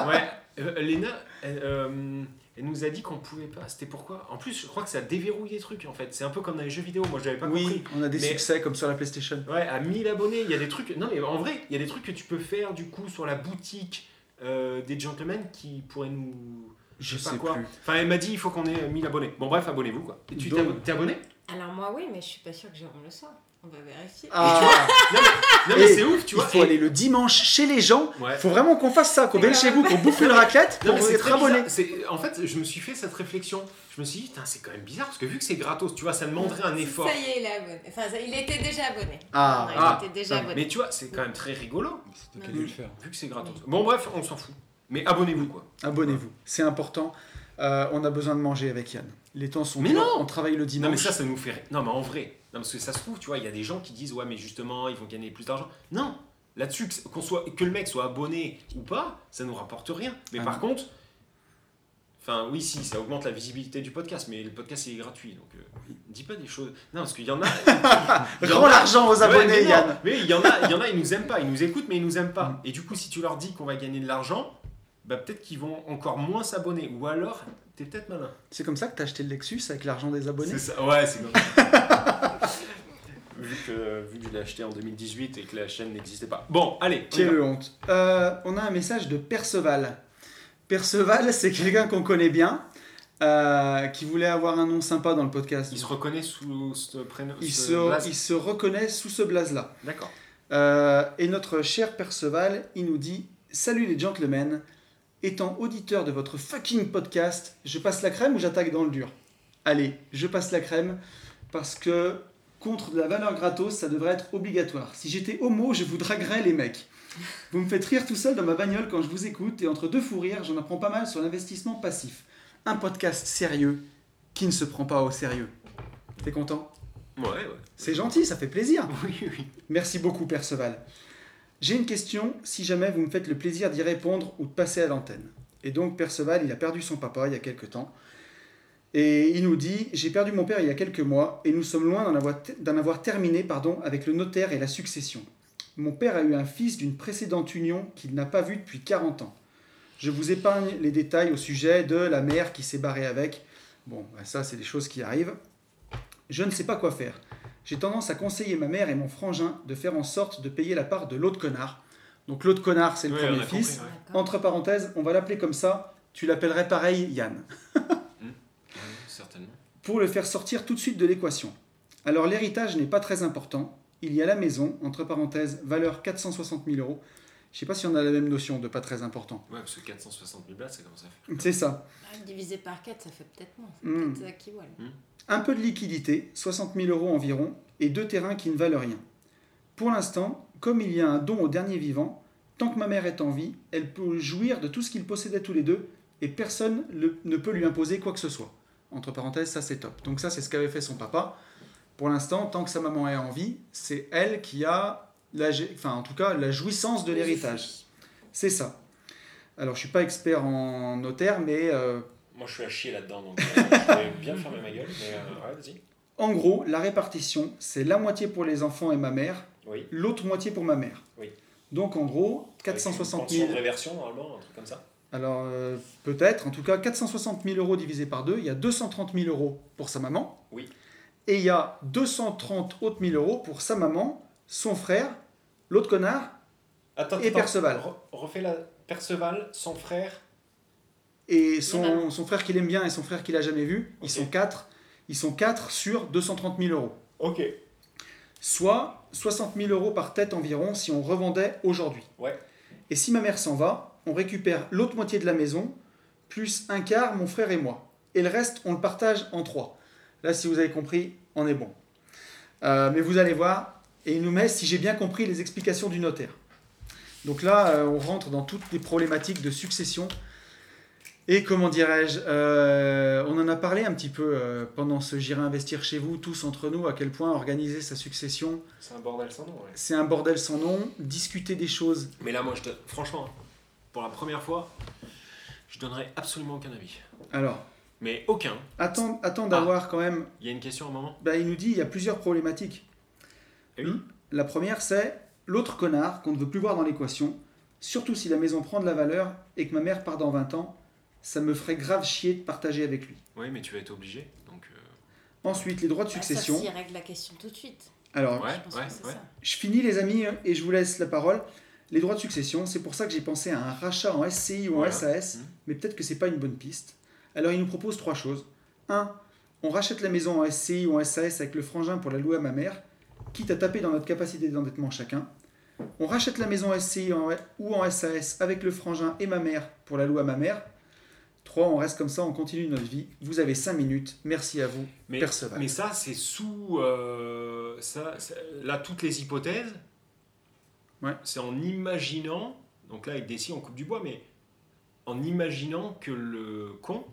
Ouais, euh, Léna, elle, euh, elle nous a dit qu'on pouvait pas. C'était pourquoi En plus, je crois que ça déverrouille des trucs en fait. C'est un peu comme dans les jeux vidéo. Moi, je l'avais pas
Oui,
compris.
on a des
Mais-
succès comme sur la PlayStation.
Ouais, à 1000 abonnés, il y a des trucs. Non, mais en vrai, il y a des trucs que tu peux faire du coup sur la boutique euh, des gentlemen qui pourraient nous.
Je
sais pas
sais
quoi.
plus.
Enfin, elle m'a dit il faut qu'on ait 1000 abonnés. Bon, bref, abonnez-vous quoi. Et tu t'es
Donc-
abon- t'es abonné
Alors, moi, oui, mais je suis pas sûre que Jérôme le soit. On va vérifier.
Ah,
Non, mais
Et
c'est ouf,
il
tu vois.
faut
et-
aller le dimanche chez les gens.
Ouais.
Faut vraiment qu'on fasse ça, qu'on vienne chez vous, qu'on bouffe une raclette
Non,
pour
mais c'est
être
très
abonné.
bizarre. C'est- En fait, je me suis fait cette réflexion. Je me suis dit, putain, c'est quand même bizarre parce que vu que c'est gratos, tu vois, ça demanderait un effort.
Ça y est, il est abonné. Enfin, ça- il était déjà abonné.
Ah,
Non,
ah,
il était déjà abonné.
Mais tu vois, c'est quand même très rigolo.
Bah
C'est toi qui as dû le faire.
Vu que c'est gratos. Bon, bref, on s'en fout. Mais abonnez-vous, quoi.
Abonnez-vous, c'est important. Euh, on a besoin de manger avec Yann. Les temps sont
Mais
durs,
non
on travaille le
Non, mais
dimanche.
ça, ça nous fait. rire. Non, mais en vrai. Non, parce que ça se trouve, tu vois, il y a des gens qui disent, ouais, mais justement, ils vont gagner plus d'argent. Non Là-dessus, que, qu'on soit, que le mec soit abonné ou pas, ça nous rapporte rien. Mais
Ah
par contre. Enfin, oui, si, ça augmente la visibilité du podcast, mais le podcast, il est gratuit. Donc, euh, dis pas des choses. Non, parce qu'il y en a. il y en
Rends
a-
l'argent aux
Ouais,
abonnés,
mais non,
Yann.
Mais il y en a, il y en a, ils nous aiment pas, ils nous écoutent, mais ils nous aiment pas. Et du coup, si tu leur dis qu'on va gagner de l'argent, bah peut-être qu'ils vont encore moins s'abonner. Ou alors, t'es peut-être malin.
C'est comme ça que t'as acheté le Lexus avec l'argent des abonnés.
C'est ça, ouais, c'est comme vu, que, vu que je l'ai acheté en 2018 et que la chaîne n'existait pas. Bon, allez. on y va.
Quelle honte. Euh, on a un message de Perceval. Perceval, c'est quelqu'un qu'on connaît bien, euh, qui voulait avoir un nom sympa dans le podcast.
Il se reconnaît sous ce prénom.
Il
ce
se,
blaze.
il se reconnaît sous ce blaze-là.
D'accord.
Euh, et notre cher Perceval, il nous dit Salut les gentlemen, étant auditeur de votre fucking podcast, je passe la crème ou j'attaque dans le dur Allez, je passe la crème parce que contre de la valeur gratos, ça devrait être obligatoire. Si j'étais homo, je vous draguerais les mecs. Vous me faites rire tout seul dans ma bagnole quand je vous écoute et entre deux fous rires, j'en apprends pas mal sur l'investissement passif. Un podcast sérieux qui ne se prend pas au sérieux. T'es content
Ouais, ouais.
C'est gentil, ça fait plaisir.
Oui, oui.
Merci beaucoup, Perceval. J'ai une question, si jamais vous me faites le plaisir d'y répondre ou de passer à l'antenne. Et donc, Perceval, il a perdu son papa il y a quelques temps. Et il nous dit J'ai perdu mon père il y a quelques mois et nous sommes loin d'en avoir, d'en avoir terminé pardon, avec le notaire et la succession. Mon père a eu un fils d'une précédente union qu'il n'a pas vu depuis 40 ans. Je vous épargne les détails au sujet de la mère qui s'est barrée avec. Bon, bah ça, c'est des choses qui arrivent. Je ne sais pas quoi faire j'ai tendance à conseiller ma mère et mon frangin de faire en sorte de payer la part de l'autre connard Donc l'autre connard, c'est le
Ouais, on
premier
a compris,
fils.
ouais.
D'accord.
Entre parenthèses, on va l'appeler comme ça. Tu l'appellerais pareil, Yann.
Ouais, certainement.
pour le faire sortir tout de suite de l'équation. Alors l'héritage n'est pas très important. Il y a la maison, entre parenthèses, valeur 460 000 euros. Je sais pas si on a la même notion de pas très important.
Ouais, parce que 460 000 blattes, ça commence à faire.
C'est ça.
Oh.
Ah, Divisé par 4, ça fait peut-être moins. C'est
Hmm.
peut-être ça qui vole.
Un peu de liquidité, 60 000 euros environ, et deux terrains qui ne valent rien. Pour l'instant, comme il y a un don au dernier vivant, tant que ma mère est en vie, elle peut jouir de tout ce qu'ils possédaient tous les deux, et personne le- ne peut lui imposer quoi que ce soit. Entre parenthèses, ça c'est top. Donc ça c'est ce qu'avait fait son papa. Pour l'instant, tant que sa maman est en vie, c'est elle qui a, la, gé- enfin en tout cas, la jouissance de l'héritage.
Ah,
C'est ça. Alors je suis pas expert en notaire, mais euh,
Moi, je suis à chier là-dedans, donc euh, je vais bien fermer ma gueule. Mais euh, ouais, vas-y.
en gros, la répartition, c'est la moitié pour les enfants et ma mère,
Oui.
l'autre moitié pour ma mère.
Oui.
Donc en gros,
Avec
460
une pension
000.
de réversion, normalement, un truc comme ça.
Alors euh, peut-être, en tout cas, 460 000 euros divisé par deux, il y a 230 000 euros pour sa maman.
Oui.
Et il y a 230 autres 1000 euros pour sa maman, son frère, l'autre connard
Attends,
Et
attends,
Perceval.
re- refais la Perceval, son frère.
et
Les
son,
mamans.
son frère qu'il aime bien et son frère qu'il a jamais vu. Ils
Ok.
sont quatre. Ils sont quatre sur 230 000 euros.
Ok.
soit 60 000 euros par tête environ si on revendait aujourd'hui.
Ouais.
Et si ma mère s'en va, on récupère l'autre moitié de la maison, plus un quart, mon frère et moi. Et le reste, on le partage en trois. Là, si vous avez compris, on est bon. Euh, mais vous allez voir, et il nous met, si j'ai bien compris, les explications du notaire. Donc là, euh, on rentre dans toutes les problématiques de succession. Et comment dirais-je, euh, on en a parlé un petit peu euh, pendant ce J'irai investir chez vous, tous entre nous, à quel point organiser sa succession,
C'est un bordel sans nom, ouais.
c'est un bordel sans nom, discuter des choses.
Mais là, moi, je te- franchement, pour la première fois, je donnerai absolument aucun avis.
Alors,
Mais aucun.
attends,
Ah.
attends d'avoir quand même,
Il y a une question à un moment
bah, il nous dit, il y a plusieurs problématiques.
Eh oui.
La première, c'est l'autre connard qu'on ne veut plus voir dans l'équation, surtout si la maison prend de la valeur et que ma mère part dans 20 ans, ça me ferait grave chier de partager avec lui.
Oui, mais tu vas être obligé. Donc, euh,
Ensuite, les droits de
Ah,
succession.
ça, s'il règle la question tout de suite.
Alors,
Ouais,
je pense
ouais,
que c'est
ouais.
ça.
Je finis les amis et je vous laisse la parole. Les droits de succession, c'est pour ça que j'ai pensé à un rachat en SCI ou en
Voilà.
SAS,
Mhm.
mais peut-être que c'est pas une bonne piste. Alors il nous propose trois choses. 1. On rachète la maison en SCI ou en SAS avec le frangin pour la louer à ma mère, quitte à taper dans notre capacité d'endettement chacun. On rachète la maison en SCI en- ou en SAS avec le frangin et ma mère pour la louer à ma mère. 3. On reste comme ça, on continue notre vie. Vous avez 5 minutes. Merci à vous,
mais,
Perceval.
mais ça, c'est sous. euh, ça, ça- là, toutes les hypothèses,
Ouais.
c'est en imaginant. Donc là, avec des si, on coupe du bois, mais en imaginant que le con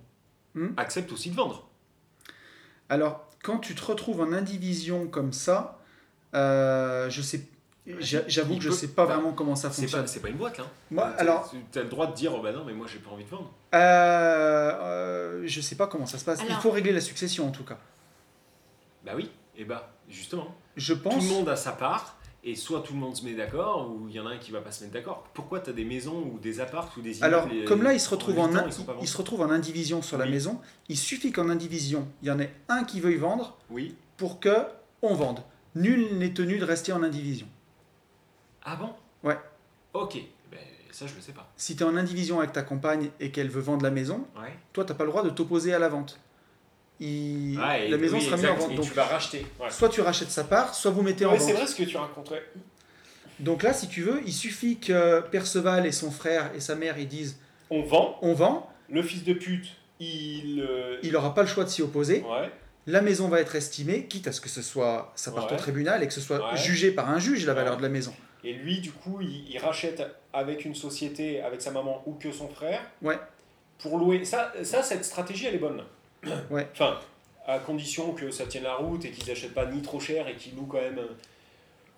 Hmm.
accepte aussi de vendre.
Alors, quand tu te retrouves en indivision comme ça, euh, je sais, j'a- j'avoue
Il
que je
peut-
sais pas
bah,
vraiment comment ça
C'est
fonctionne.
pas, c'est pas une boîte, hein. Euh, là.
Moi,
T'as-
alors,
T'as le droit de dire, oh bah non, mais moi, j'ai pas envie de vendre.
euh, euh, je sais pas comment ça se passe. Il
Alors-
faut régler la succession en tout cas.
Bah oui, et bah, justement.
Je pense.
tout le monde a sa part et soit tout le monde se met d'accord ou il y en a un qui va pas se mettre d'accord. Pourquoi tu as des maisons ou des apparts ou des immeubles
Alors,
et- euh,
comme là, ils se retrouvent en,
huit ans,
in-
ils sont pas vendus
ils se retrouvent en indivision sur la
Oui.
maison. Il suffit qu'en indivision, il y en ait un qui veuille vendre
Oui.
pour que on vende. Nul n'est tenu de rester en indivision.
Ah bon
Ouais.
Ok. Ben, ça, je le sais pas.
Si tu es en indivision avec ta compagne et qu'elle veut vendre la maison,
Ouais.
toi, t'as pas le droit de t'opposer à la vente. Il-
Ouais, et-
la maison
oui,
sera mise
exact,
en vente.
et
Donc,
tu vas racheter. Ouais.
soit tu rachètes sa part, soit vous mettez en
Ouais,
vente.
c'est vrai ce que tu racontais.
Donc là, si tu veux, il suffit que Perceval et son frère et sa mère ils disent
On vend,
on vend,
le fils de pute, il. euh,
il n'aura pas le choix de s'y opposer.
Ouais.
La maison va être estimée, quitte à ce que ce soit ça parte au
Ouais.
tribunal et que ce soit
Ouais.
jugé par un juge la valeur
Ouais.
de la maison.
Et lui, du coup, il, il rachète avec une société, avec sa maman ou que son frère.
Ouais.
Pour louer. Ça, ça cette stratégie, elle est bonne.
Ouais.
Enfin, à condition que ça tienne la route et qu'ils n'achètent pas ni trop cher et qu'ils louent quand même.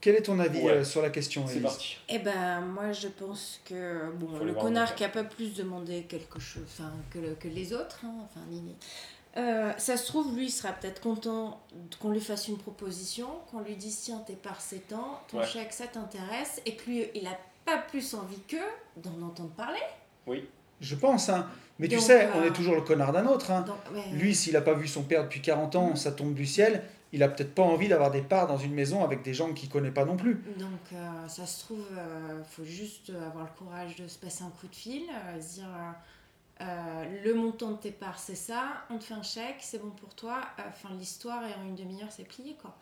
Quel est ton avis
Ouais.
euh, sur la question
C'est
Élise
parti.
Eh ben, moi, je pense que bon,
Faut les
le
voir en
connard
enfer.
qui a pas plus demandé quelque chose, enfin, que, le- que les autres, hein, enfin, ni- ni- Euh, ça se trouve, lui, il sera peut-être content qu'on lui fasse une proposition, qu'on lui dise tiens, t'es par 7 ans, ton
Ouais.
chèque, ça t'intéresse, et que lui, il a pas plus envie qu'eux d'en entendre parler.
Je pense, hein. mais tu
Donc,
sais,
euh,
on est toujours le connard d'un autre. hein.
Donc, mais-
Lui, s'il n'a pas vu son père depuis 40 ans, ça tombe du ciel. il a peut-être pas envie d'avoir des parts dans une maison avec des gens qu'il connaît pas non plus.
Donc, euh, ça se trouve, euh, faut juste avoir le courage de se passer un coup de fil, euh, se dire euh, euh, le montant de tes parts, c'est ça, on te fait un chèque, c'est bon pour toi, euh, fin de l'histoire, et en une demi-heure, c'est plié, quoi.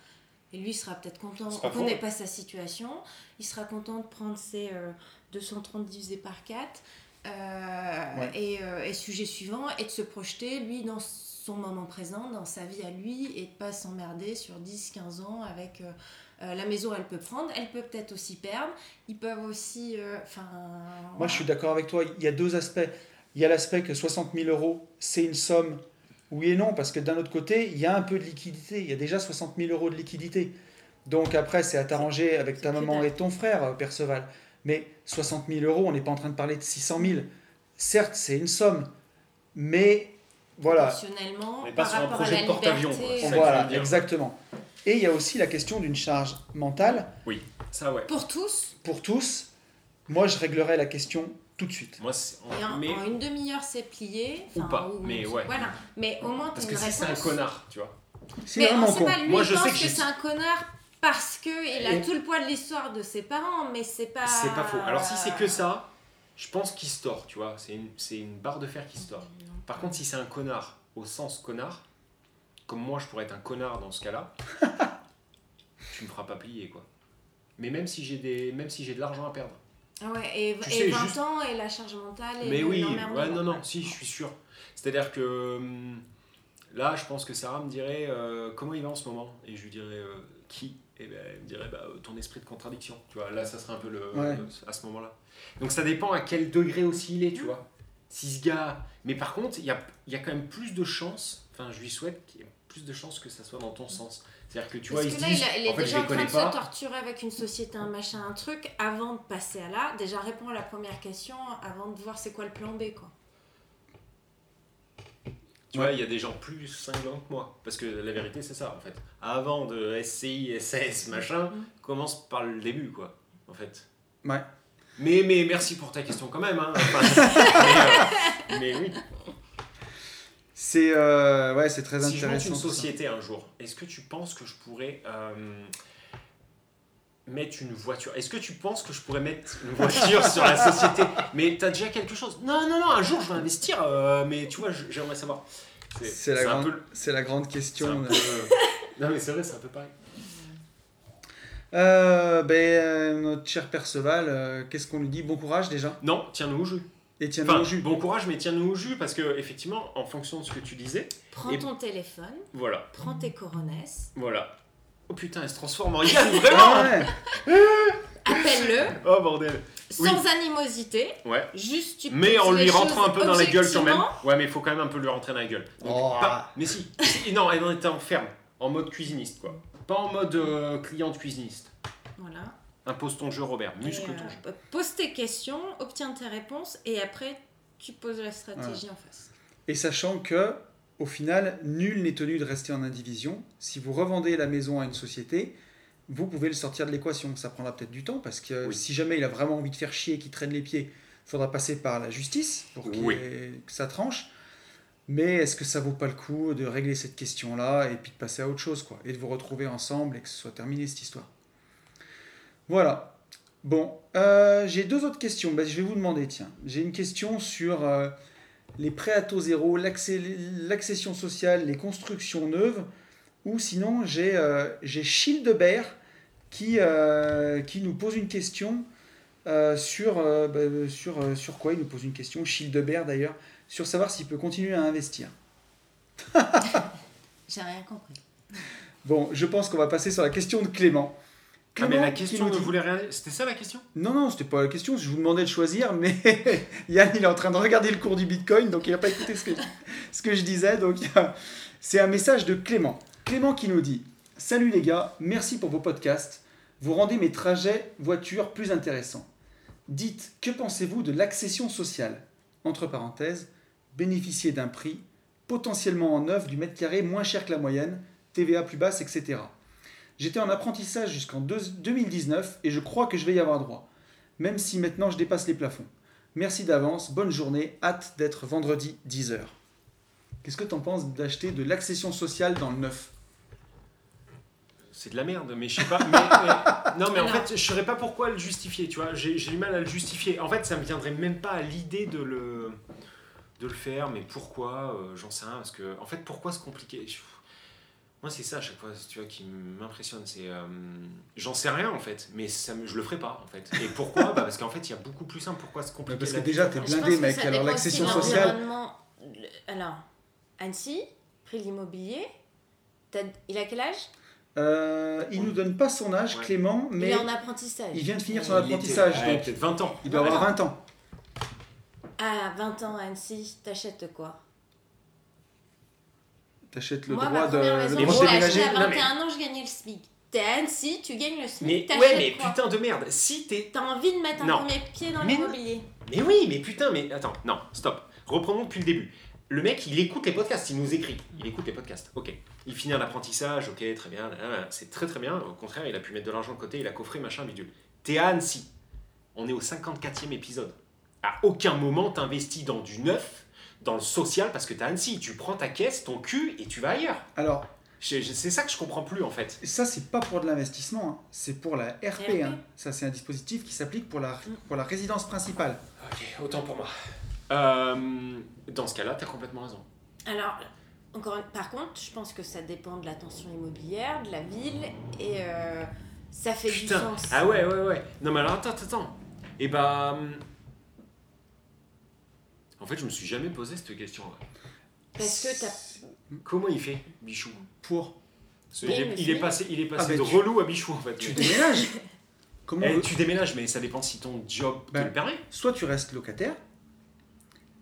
Et lui, il sera peut-être content
C'est pas
qu'on
faux.
n'ait pas sa situation, il sera content de prendre ses euh, 230 divisé par 4,
Ouais.
et, euh, et sujet suivant, et de se projeter, lui, dans son moment présent, dans sa vie à lui, et de pas s'emmerder sur 10-15 ans avec... euh, euh, la maison, elle peut prendre, elle peut peut-être aussi perdre. Ils peuvent aussi. euh, Enfin.
Moi, je suis d'accord avec toi. Il y a deux aspects. Il y a l'aspect que 60 000 euros, c'est une somme, oui et non, parce que d'un autre côté, il y a un peu de liquidité. Il y a déjà 60 000 euros de liquidité. Donc après, c'est à t'arranger avec
c'est
ta
plus
maman
dalle.
et ton frère, euh, Perceval. Mais 60 000 euros, on n'est pas en train de parler de 600 000. Certes, c'est une somme, mais voilà,
Proportionnellement,
Mais pas
par
sur un
rapport
projet
à la
de porte-avions,
liberté,
quoi.
euh,
C'est ça que je
voilà,
veux dire.
exactement. Et il y a aussi la question d'une charge mentale
Ça, ouais.
Pour tous,
pour tous. Moi, je réglerai la question tout de suite.
Moi, c'est-
et en,
mais,
en une demi-heure c'est plié.
Ou
Enfin,
pas, mais ouais.
Voilà. Mais au moins,
parce
t'as
que
une
si c'est un
réponse.
connard, tu vois.
C'est
Mais on
vraiment
sait
con.
pas, lui,
Moi,
il
je sais
pense
que
que,
j'ai-
c'est un connard parce que il a
Et-
tout le poids de l'histoire de ses parents, mais c'est pas.
C'est pas faux. Alors, si c'est que ça, je pense qu'il se tord, tu vois. C'est une, c'est une barre de fer qui se tord. Par contre, si c'est un connard, au sens connard, comme moi, je pourrais être un connard dans ce cas-là, tu me feras pas plier, quoi. Mais même si j'ai des, même si j'ai de l'argent à perdre.
Ah Ouais, et,
Tu
et
sais,
20
juste-
ans, et la charge mentale. Et
Mais
le-
oui,
l'emmerdement.
ouais, non, non, si, je suis sûr. C'est-à-dire que hum, là, je pense que Sarah me dirait euh, comment il va en ce moment Et je lui dirais euh, qui Et ben, elle me dirait bah, euh, ton esprit de contradiction. Tu vois, là, ça serait un peu le,
Ouais.
le- à ce moment-là. Donc ça dépend à quel degré aussi il est,
Mm.
tu vois. Si ce gars. Mais par contre, il y a, il y a quand même plus de chances, enfin, je lui souhaite qu'il y ait plus de chances que ça soit dans ton sens. C'est-à-dire que tu vois,
Parce
il
que
se
là,
disent,
il, a- il est
en fait, je
déjà
les
en train
connais
de
pas.
se torturer avec une société, un machin, un truc, avant de passer à là. Déjà, réponds à la première question avant de voir c'est quoi le plan B, quoi.
Tu vois, il y a des gens plus cinglants que moi. Parce que la vérité, c'est ça, en fait. Avant de SCI, SS, machin,
Mhm.
commence par le début, quoi, en fait.
Mm. Ouais.
Mais, mais merci pour ta question quand même. Hein. Enfin, mais, euh, mais oui,
C'est euh, ouais, c'est très
si je monte
intéressant. tout
une
ça.
société un jour, est-ce que tu penses que je pourrais euh, mettre une voiture Est-ce que tu penses que je pourrais mettre une voiture sur la société Mais t'as déjà quelque chose Non, non, non, un jour je vais investir, euh, mais tu vois, je- j'aimerais savoir.
C'est la,
un
grande-
peu le-
c'est la grande question.
C'est euh, Non, mais c'est vrai, c'est un peu pareil.
Euh, ben, euh, notre cher Perceval, euh, qu'est-ce qu'on lui dit Bon courage déjà.
Non, tiens-nous au jus.
Et tiens
Enfin, bon courage, mais tiens-nous au jus parce que effectivement, en fonction de ce que tu disais,
Prends
Et-
ton téléphone,
voilà,
prends tes coronesses,
voilà. Oh putain, elle se transforme en Yann,
Ah
vraiment
appelle-le,
Oh bordel. Oui.
sans animosité.
Ouais.
Juste tu
Mais en
poses les
lui rentrant un
choses
peu dans la gueule quand même.
objectivement.
Ouais, mais il faut quand même un peu lui rentrer dans la gueule. Donc,
Oh.
pas- Mais si, si, non, elle en était en ferme, en mode cuisiniste quoi. Pas en mode euh, cliente cuisiniste.
Voilà.
Impose ton jeu, Robert. Muscle
Et,
ton jeu.
euh, pose tes questions, obtiens tes réponses, et après, tu poses la stratégie en face.
Et sachant que, au final, nul n'est tenu de rester en indivision. Si vous revendez la maison à une société, vous pouvez le sortir de l'équation. Ça prendra peut-être du temps parce que
Oui.
si jamais il a vraiment envie de faire chier, qu'il traîne les pieds, il faudra passer par la justice pour qu'il
Oui.
ait- que ça tranche. Mais est-ce que ça vaut pas le coup de régler cette question-là et puis de passer à autre chose, quoi, et de vous retrouver ensemble et que ce soit terminé cette histoire. Voilà. Bon, euh, j'ai deux autres questions. Bah, je vais vous demander, tiens. J'ai une question sur euh, les prêts à taux zéro, l'accès- l'accession sociale, les constructions neuves, ou sinon j'ai euh, j'ai Childebert qui, euh, qui nous pose une question euh, sur, euh, bah, euh, sur, euh, sur quoi il nous pose une question, Childebert d'ailleurs, sur savoir s'il peut continuer à investir.
J'ai rien compris.
Bon, je pense qu'on va passer sur la question de Clément.
Ah, mais
Clément
la
qui
question
nous
ne
dit-
voulait rien. C'était ça la question
Non, non, c'était pas la question, je vous demandais de choisir, mais Yann, il est en train de regarder le cours du Bitcoin, donc il n'a pas écouté ce que, ce que je disais. Donc c'est un message de Clément. Clément qui nous dit Salut les gars, merci pour vos podcasts. Vous rendez mes trajets voiture plus intéressants. Dites, que pensez-vous de l'accession sociale Entre parenthèses, bénéficier d'un prix, potentiellement en neuf, du mètre carré moins cher que la moyenne, TVA plus basse, etc. J'étais en apprentissage jusqu'en deux- 2019 et je crois que je vais y avoir droit même si maintenant je dépasse les plafonds. Merci d'avance, bonne journée, hâte d'être vendredi 10h. Qu'est-ce que t'en penses d'acheter de l'accession sociale dans le neuf
c'est de la merde, mais je sais pas. mais- mais- non, mais en fait, je saurais pas pourquoi le justifier, tu vois. J'ai j'ai du mal à le justifier. En fait, ça me viendrait même pas à l'idée de le, de le faire, mais pourquoi euh, J'en sais rien, parce que, en fait, pourquoi se compliquer Je- Moi, c'est ça à chaque fois, tu vois, qui m'impressionne. C'est. euh, J'en sais rien, en fait, mais ça me, je le ferai pas, en fait. Et pourquoi Bah, Parce qu'en fait, il y a beaucoup plus simple. Pourquoi se compliquer
Bah, parce que
la vie
déjà,
pour
t'es
faire
blindé,
Je pense que
mec.
ça
Alors,
dépend
l'accession
aussi de
sociale-
l'environnement. Le- Alors, Annecy, prix de l'immobilier. t'as- Il a quel âge
Euh, il nous donne pas son âge,
Ouais.
Clément,
Il
mais
est en apprentissage.
il vient de finir son
ça Il était-
apprentissage,
ouais,
donc
peut-être 20 ans.
il doit avoir
Voilà.
20 ans.
À 20 ans, à Annecy, t'achètes quoi
T'achètes le
Moi,
droit
ma
de,
première
le
maison,
droit
je
de
l'ai achetée
déménager.
à
Non, mais-
21 ans, je gagnais le SMIC. T'es à Annecy, tu gagnes le SMIC,
Mais
t'achètes
ouais, mais
quoi
putain de merde. Si t'es
T'as envie de mettre un
Non.
premier pied dans
Mais non.
l'immobilier.
Mais oui, mais putain, mais attends, non, stop. Reprenons depuis le début. Le mec, il écoute les podcasts, il nous écrit. Il écoute les podcasts, ok. Il finit un apprentissage, ok, très bien. là, là, là. C'est très très bien. Au contraire, il a pu mettre de l'argent de côté, il a coffré, machin, bidule. T'es à Annecy. On est au 54e épisode. À aucun moment, t'investis dans du neuf, dans le social, parce que t'es à Annecy. Tu prends ta caisse, ton cul, et tu vas ailleurs.
Alors,
Je- je- C'est ça que je comprends plus, en fait.
ça, c'est pas pour de l'investissement, hein. c'est pour la RP. hein.
RP.
Ça, c'est un dispositif qui s'applique pour la,
Mm.
pour la résidence principale.
Ok, autant pour moi. Euh, dans ce cas-là, t'as complètement raison.
Alors, encore, une- par contre, je pense que ça dépend de la tension immobilière, de la ville, et euh, ça fait
Putain.
du sens.
Ah ouais, ouais, ouais. Non, mais alors attends, attends, attends. Et bah. hum, En fait, je me suis jamais posé cette question. là.
Parce que t'as
Comment il fait, Bichou
Pour.
Parce qu'il est-
mais
il, est
sinon-
passé, il est passé
Ah, bah,
de
tu-
relou à Bichou, en fait.
Tu Euh,
Eh,
déménages Comment on veut-
tu déménages, mais ça dépend si ton job
Ben,
te le permet.
Soit tu restes locataire,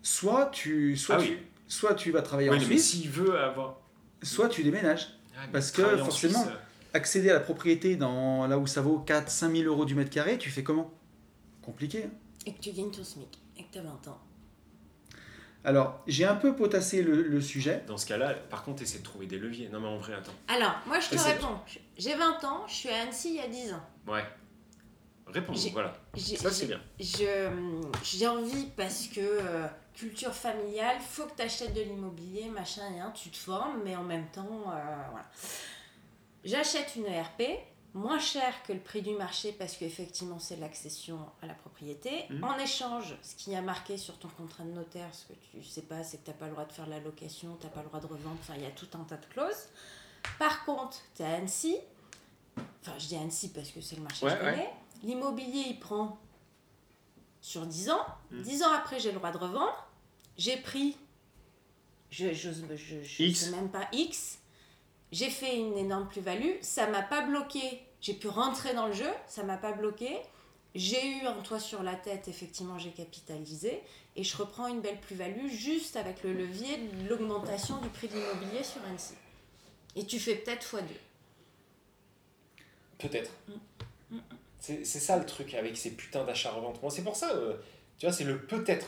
soit tu, soit
Ah
tu,
oui.
soit tu vas travailler
Ouais,
en
mais
Suisse,
s'il veut avoir.
soit tu déménages.
Ah, mais
Parce que,
travailler en
forcément,
Suisse, euh,
Accéder à la propriété dans, là où ça vaut 4-5 000 euros du mètre carré, tu fais comment Compliqué. hein.
et que tu gagnes ton SMIC, et que t'as 20 ans.
Alors, j'ai un peu potassé le, le sujet.
euh, Dans ce cas-là, par contre, essaie de trouver des leviers. Non, mais en vrai, attends.
Alors, moi, je te
Mais c'est-
réponds. J'ai 20 ans, je suis à Annecy il y a 10 ans.
Ouais. Réponds,
J'ai-
voilà.
J'ai-
Ça, c'est
j'ai-
bien.
je- J'ai envie parce que euh, culture familiale, faut que tu achètes de l'immobilier, machin et un, tu te formes, mais en même temps, euh, voilà. J'achète une ERP, moins cher que le prix du marché parce qu'effectivement, c'est de l'accession à la propriété.
Mhm.
En échange, ce qui a marqué sur ton contrat de notaire, ce que tu sais pas, c'est que tu n'as pas le droit de faire de la location, tu n'as pas le droit de revendre, enfin, il y a tout un tas de clauses. Par contre, tu es à Annecy, enfin, je dis Annecy parce que c'est le marché
Ouais,
que je
ouais.
connais. L'immobilier, il prend sur 10 ans.
Mm.
10 ans après, j'ai le droit de revendre. J'ai pris, je j'ose- je- je
X.
sais même pas X. J'ai fait une énorme plus-value. Ça m'a pas bloqué. J'ai pu rentrer dans le jeu. Ça m'a pas bloqué. J'ai eu un toit sur la tête. Effectivement, j'ai capitalisé. Et je reprends une belle plus-value juste avec le levier de l'augmentation du prix de l'immobilier sur Annecy. Et tu fais peut-être x2.
Peut-être.
Mm. Mm.
C'est c'est ça le truc avec ces putains d'achats-reventes. Moi, c'est pour ça, euh, tu vois, c'est le peut-être.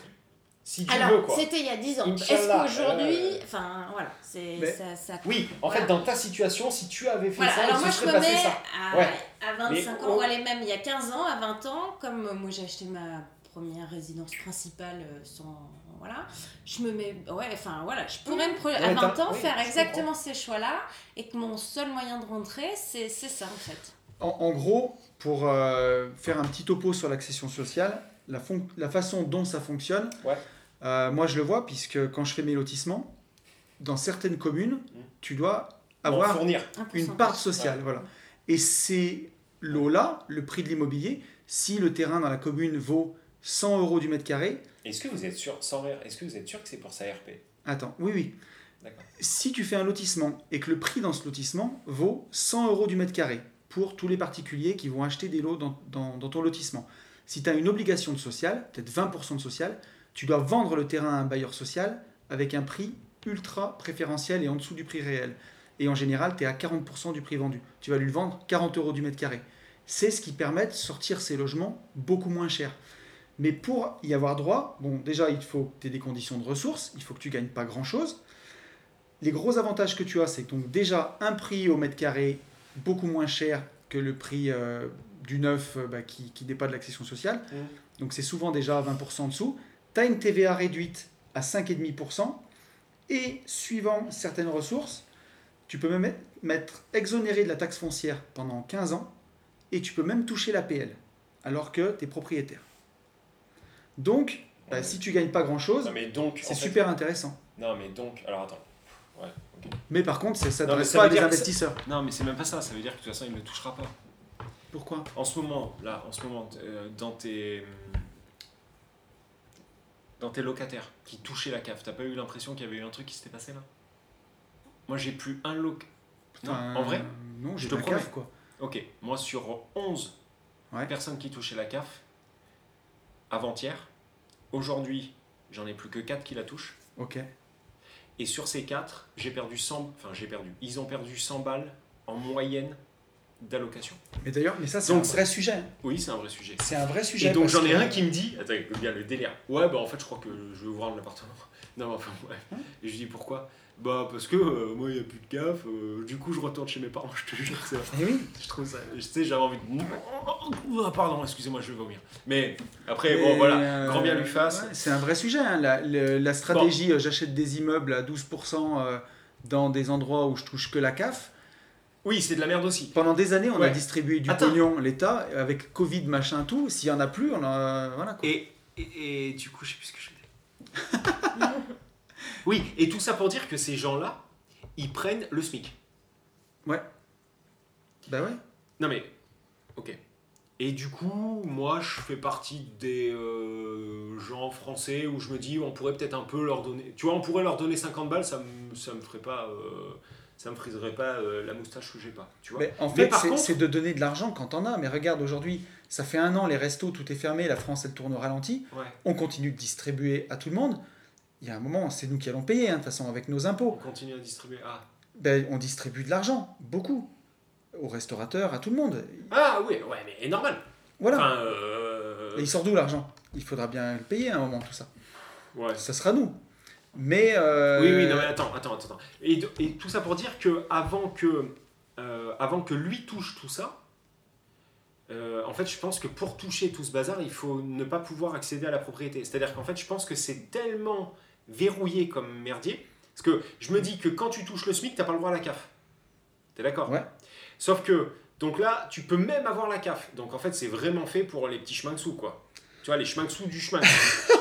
Si tu veux,
Alors,
quoi.
c'était il y a 10 ans. Est-ce
Inch'Allah,
qu'aujourd'hui,
euh,
enfin voilà, c'est
Mais-
ça, ça-
Oui, en
Voilà.
fait, dans ta situation, si tu avais fait
Voilà,
ça,
alors
il
moi
se
je me
serait passé
mets
ça.
à,
Ouais.
à 25
Mais
ans,
on-
ou allez même il y a 15 ans, à 20 ans, comme euh, moi j'ai acheté ma première résidence principale euh, sans. Voilà, je me mets. Ouais, enfin voilà, je pourrais me pro- à
Ouais, t'as-
20 ans
oui,
faire
je
exactement ces choix-là et que mon seul moyen de rentrer c'est c'est ça en fait.
En, en gros, pour euh, faire un petit topo sur l'accession sociale, la, fon- la façon dont ça fonctionne,
Ouais.
euh, moi je le vois, puisque quand je fais mes lotissements, dans certaines communes,
Mmh.
tu dois
Avoir
avoir
fournir.
Un
une
pourcentage.
part sociale. Voilà. Et ces lots-là, le prix de l'immobilier, si le terrain dans la commune vaut 100 euros du mètre carré,
Est-ce que vous êtes sûr, sans rire, est-ce que vous êtes sûr que c'est pour sa RP
attends, oui, oui.
D'accord.
Si tu fais un lotissement et que le prix dans ce lotissement vaut 100 euros du mètre carré pour tous les particuliers qui vont acheter des lots dans, dans- dans ton lotissement, si tu as une obligation de social, peut-être 20% de social, tu dois vendre le terrain à un bailleur social avec un prix ultra préférentiel et en dessous du prix réel. Et en général, tu es à 40% du prix vendu. Tu vas lui le vendre 40 euros du mètre carré. C'est ce qui permet de sortir ces logements beaucoup moins chers. Mais pour y avoir droit, bon, déjà, il faut que tu aies des conditions de ressources, il faut que tu gagnes pas grand-chose. Les gros avantages que tu as, c'est donc déjà un prix au mètre carré beaucoup moins cher que le prix euh, du neuf euh, bah, qui, qui n'est pas de l'accession sociale.
Mhm.
Donc c'est souvent déjà 20% en dessous. Tu as une TVA réduite à 5,5%. Et suivant certaines ressources, Tu peux même être- mettre exonéré de la taxe foncière pendant 15 ans et tu peux même toucher l'APL alors que tu es propriétaire. Donc, bah, si tu gagnes pas grand-chose,
Non, mais donc. en
c'est
fait-
super intéressant.
Non, mais donc. Alors attends. Ouais, ok.
Mais par contre, ça ne
Non, mais
s'adresse
ça
pas à
veut
des
dire que ça-
investisseurs.
Non, mais c'est même pas ça. Ça veut dire que de toute façon, il ne touchera pas.
Pourquoi
En ce moment, là, en ce moment, euh, dans tes. Dans tes locataires qui touchaient la cave, t'as pas eu l'impression qu'il y avait eu un truc qui s'était passé là Moi, j'ai plus un loc. Non,
Enfin,
en vrai
Non, j'ai
te
pas
promets.
gaffe, quoi.
Ok, moi sur 11
Ouais.
personnes qui touchaient la CAF avant-hier, aujourd'hui j'en ai plus que 4 qui la touchent.
Ok.
Et sur ces 4, j'ai perdu 100, enfin j'ai perdu, ils ont perdu 100 balles en moyenne d'allocation.
Mais d'ailleurs, mais ça, c'est un
Donc,
vrai sujet. hein.
Oui, c'est un vrai sujet.
C'est un vrai
Et
sujet.
donc
parce
j'en ai
que-
un qui me dit, attends, écoute bien le délire. Ouais, bah en fait je crois que je vais voir l'appartement. Non, mais enfin ouais. Et je dis pourquoi Bah parce que euh, moi il n'y a plus de CAF, euh, du coup je retourne chez mes parents, je te jure, c'est vrai.
Eh oui.
Je trouve ça. Je sais, j'avais envie de. Ah, pardon, excusez-moi, je vais vomir. Mais après,
Mais,
bon, voilà.
euh,
grand bien lui fasse.
ouais, c'est un vrai sujet. hein, La, le- la stratégie, euh, j'achète des immeubles à 12% euh, dans des endroits où je touche que la CAF.
Oui, c'est de la merde aussi.
Pendant des années, on a
Ouais.
distribué du
Attends.
pognon, l'État, avec Covid, machin, tout. S'il y en a plus, on a. Voilà quoi.
Et, et, et du coup, je sais plus ce que je dis. oui, et tout ça pour dire que ces gens-là, ils prennent le SMIC.
Bah ouais.
Non mais, ok. Et du coup, moi, je fais partie des euh, gens français où je me dis, on pourrait peut-être un peu leur donner. Tu vois, on pourrait leur donner 50 balles, ça me, ça me ferait pas. euh, ça me friserait pas euh, la moustache que j'ai pas. Tu vois
Mais en
Mais
fait,
par
c'est-
contre-
c'est de donner de l'argent quand t'en as. Mais regarde, aujourd'hui, ça fait un an, les restos, tout est fermé, la France, elle tourne au ralenti.
Ouais.
On continue de distribuer à tout le monde. Il y a un moment, c'est nous qui allons payer, hein, de toute façon, avec nos impôts.
On continue à distribuer. Ah,
Ben, on distribue de l'argent, beaucoup, aux restaurateurs, à tout le monde.
ah oui, ouais, mais normal.
Voilà.
Enfin, euh,
Et il sort d'où l'argent Il faudra bien le payer à un moment, tout ça.
ouais.
Ça sera nous. Mais. euh,
Oui, oui, non, mais attends, attends, attends. attends. Et, de- et tout ça pour dire que avant que, euh, avant que lui touche tout ça, euh, en fait, je pense que pour toucher tout ce bazar, il faut ne pas pouvoir accéder à la propriété. C'est-à-dire qu'en fait, je pense que c'est tellement verrouillé comme merdier, parce que je me dis que quand tu touches le SMIC, t'as pas le droit à la CAF. T'es d'accord
Ouais.
Sauf que, donc là, tu peux même avoir la CAF. Donc en fait, c'est vraiment fait pour les petits chemins sous, quoi. Tu vois, les chemins sous du chemin.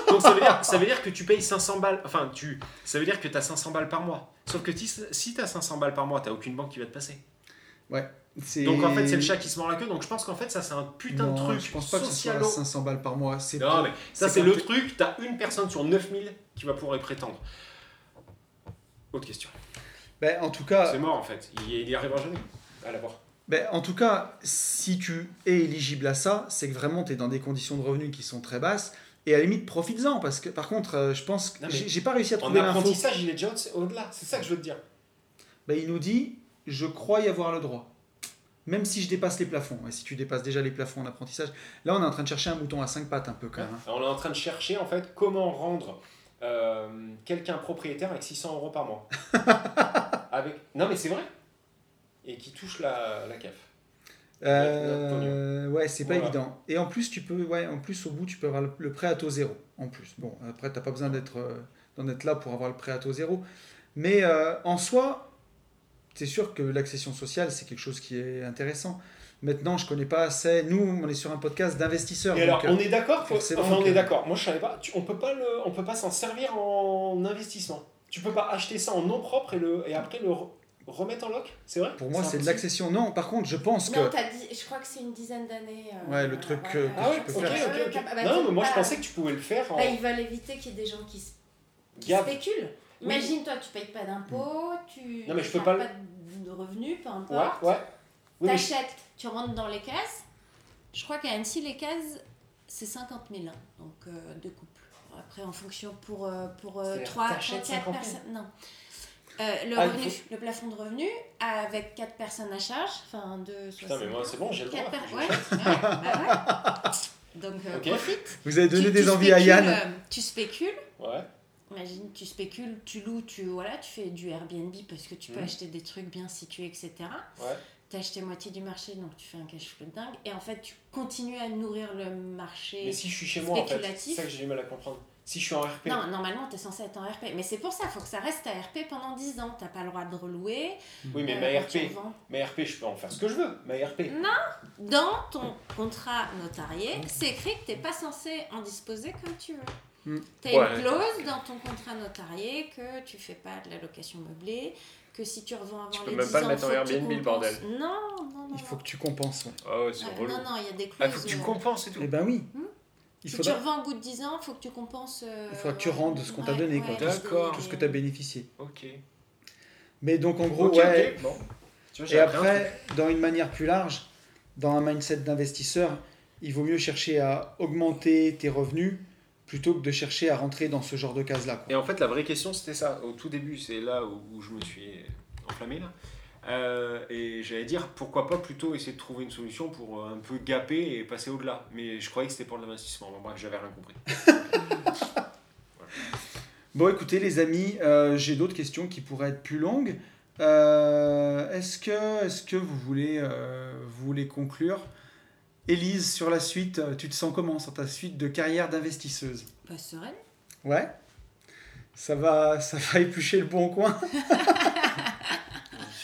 Donc ça veut, dire, ça veut dire que tu payes 500 balles. Enfin, tu, ça veut dire que tu as 500 balles par mois. Sauf que ti- si tu as 500 balles par mois, tu aucune banque qui va te passer.
c'est-
Donc en fait, c'est le chat qui se mord la queue. Donc je pense qu'en fait, ça, c'est un putain
Non,
de truc.
Je pense pas que ce soit à
socialo-
500 balles par mois. C'est
Non, mais ça,
c'est
c'est
quand
le
t'es-
truc. Tu as une personne sur 9000 qui va pouvoir y prétendre. Autre question.
Ben, en tout cas,
C'est mort en fait. Il, il y arrivera jamais à l'avoir.
ben, en tout cas, si tu es éligible à ça, c'est que vraiment tu es dans des conditions de revenus qui sont très basses. Et à la limite, profites-en. Parce que, par contre, euh, je pense que
Non, mais
j'ai j'ai pas réussi à
En
trouver l'info.
apprentissage, il est déjà au- au-delà. C'est ça que je veux te dire.
Ben, il nous dit Je crois y avoir le droit. Même si je dépasse les plafonds. Et si tu dépasses déjà les plafonds en apprentissage. Là, on est en train de chercher un mouton à 5 pattes, un peu quand même. hein.
Alors, on est en train de chercher en fait comment rendre euh, quelqu'un propriétaire avec 600 euros par mois. avec... Non mais c'est vrai. Et qui touche la, la CAF.
Euh,
Notre
ouais, c'est pas
Voilà.
évident. Et en plus, tu peux, ouais, en plus, au bout, tu peux avoir le, le prêt à taux zéro. En plus, bon, après, t'as pas besoin d'être euh, d'en être là pour avoir le prêt à taux zéro. Mais euh, en soi, c'est sûr que l'accession sociale, c'est quelque chose qui est intéressant. Maintenant, je connais pas assez. Nous, on est sur un podcast d'investisseurs.
Et
donc,
alors
euh,
on est d'accord que-
forcément
Enfin on
que-
est d'accord. Moi je savais pas. Tu- on peut pas le, on peut pas s'en servir en investissement. Tu peux pas acheter ça en nom propre et le et après le re- remettre en loc. C'est vrai.
Pour moi, c'est de
impossible
l'accession. Non, par contre, je pense que.
Non, t'as dit, je crois que c'est une dizaine d'années. euh,
Ouais, le truc, euh, que
Ah ouais.
tu peux
Ok
faire.
ok
Ouais,
ok.
ouais, bah,
non
c'est
mais moi je
pas-
pensais que tu pouvais le faire en
Bah, ils veulent éviter qu'il y ait des gens qui, se- qui
gave.
spéculent.
Oui.
Imagine, toi, tu payes pas d'impôts, tu
Non, mais je
tu
peux
n'as
pas le-
de revenus, peu importe.
Ouais ouais. Oui, mais je-
T'achètes, tu rentres dans les cases. Je crois qu'à Annecy, les cases, c'est 50 000, hein, donc euh, deux couples. Après, en fonction pour, euh, pour euh,
C'est-à-dire,
trois,
t'achètes
trois, quatre
50 000.
personnes. Non. Euh, le
Ah, il
revenu, le plafond de revenu, avec quatre personnes à charge, enfin deux,
Putain mais moi c'est bon j'ai le droit.
Quatre per-
Je-
ouais, ouais, bah ouais. Donc, euh,
Ok.
profite.
Vous avez donné
Tu-
des
tu
envies à
spécules,
Yann.
euh, tu spécules,
Ouais.
imagine, tu spécules,
Mm.
tu loues, tu, voilà, tu fais du Airbnb parce que tu peux
Mhm.
acheter des trucs bien situés, etc.
Ouais.
t'as acheté moitié du marché, donc tu fais un cash flow de dingue. Et en fait, tu continues à nourrir le marché.
Mais si je suis chez moi, en fait, c'est
Spéculatif.
ça que j'ai du mal à comprendre. Si je suis en RP,
Non, normalement, t'es censé être en RP. Mais c'est pour ça, faut que ça reste à RP pendant 10 ans. T'as pas le droit de relouer.
oui, mais
euh, Mm.
ma
quand
RP,
tu revends.
ma RP, je peux en faire ce que je veux. Ma RP.
Dans ton contrat notarié, c'est écrit que t'es pas censé en disposer comme tu veux.
Hmm.
Mm.
T'as
Ouais.
une clause dans ton contrat notarié que tu fais pas de la location meublée, que si tu revends avant
Tu
les
peux même pas
10
le
ans,
mettre en
faut que tu
Airbnb, le bordel.
compenses. Non, non, non.
Il faut que tu compenses. ouais.
Ah ouais, c'est
non. Ouais,
relou.
non, non, il y a des clauses.
Ah, faut que tu
euh,
compenses et tout.
Eh ben oui.
Hmm
Il
si
faudra,
tu revends au bout de 10 ans, il faut que tu compenses. euh,
il faudra que tu rendes ce qu'on t'a
ouais,
donné,
ouais,
quoi, tout,
des-
ce-
D'accord.
tout ce que tu as bénéficié.
Ok.
Mais donc en gros,
Ok,
ouais,
ok, bon. Tu vois, j'ai
Et
appris un
après, dans une manière plus large, dans un mindset d'investisseur, il vaut mieux chercher à augmenter tes revenus plutôt que de chercher à rentrer dans ce genre de case-là. quoi.
Et en fait, la vraie question, c'était ça. Au tout début, c'est là où, où je me suis enflammé. Là. Euh, et j'allais dire, pourquoi pas plutôt essayer de trouver une solution pour euh, un peu gaper et passer au-delà. Mais je croyais que c'était pour de l'investissement. Bon, bref, j'avais rien compris.
Bon, écoutez, les amis, euh, j'ai d'autres questions qui pourraient être plus longues. Euh, est-ce que, est que vous voulez, euh, vous voulez conclure Élise, sur la suite, euh, tu te sens comment sur ta suite de carrière d'investisseuse
Pas Bah, sereine.
Ouais ça va, ça va éplucher le bon coin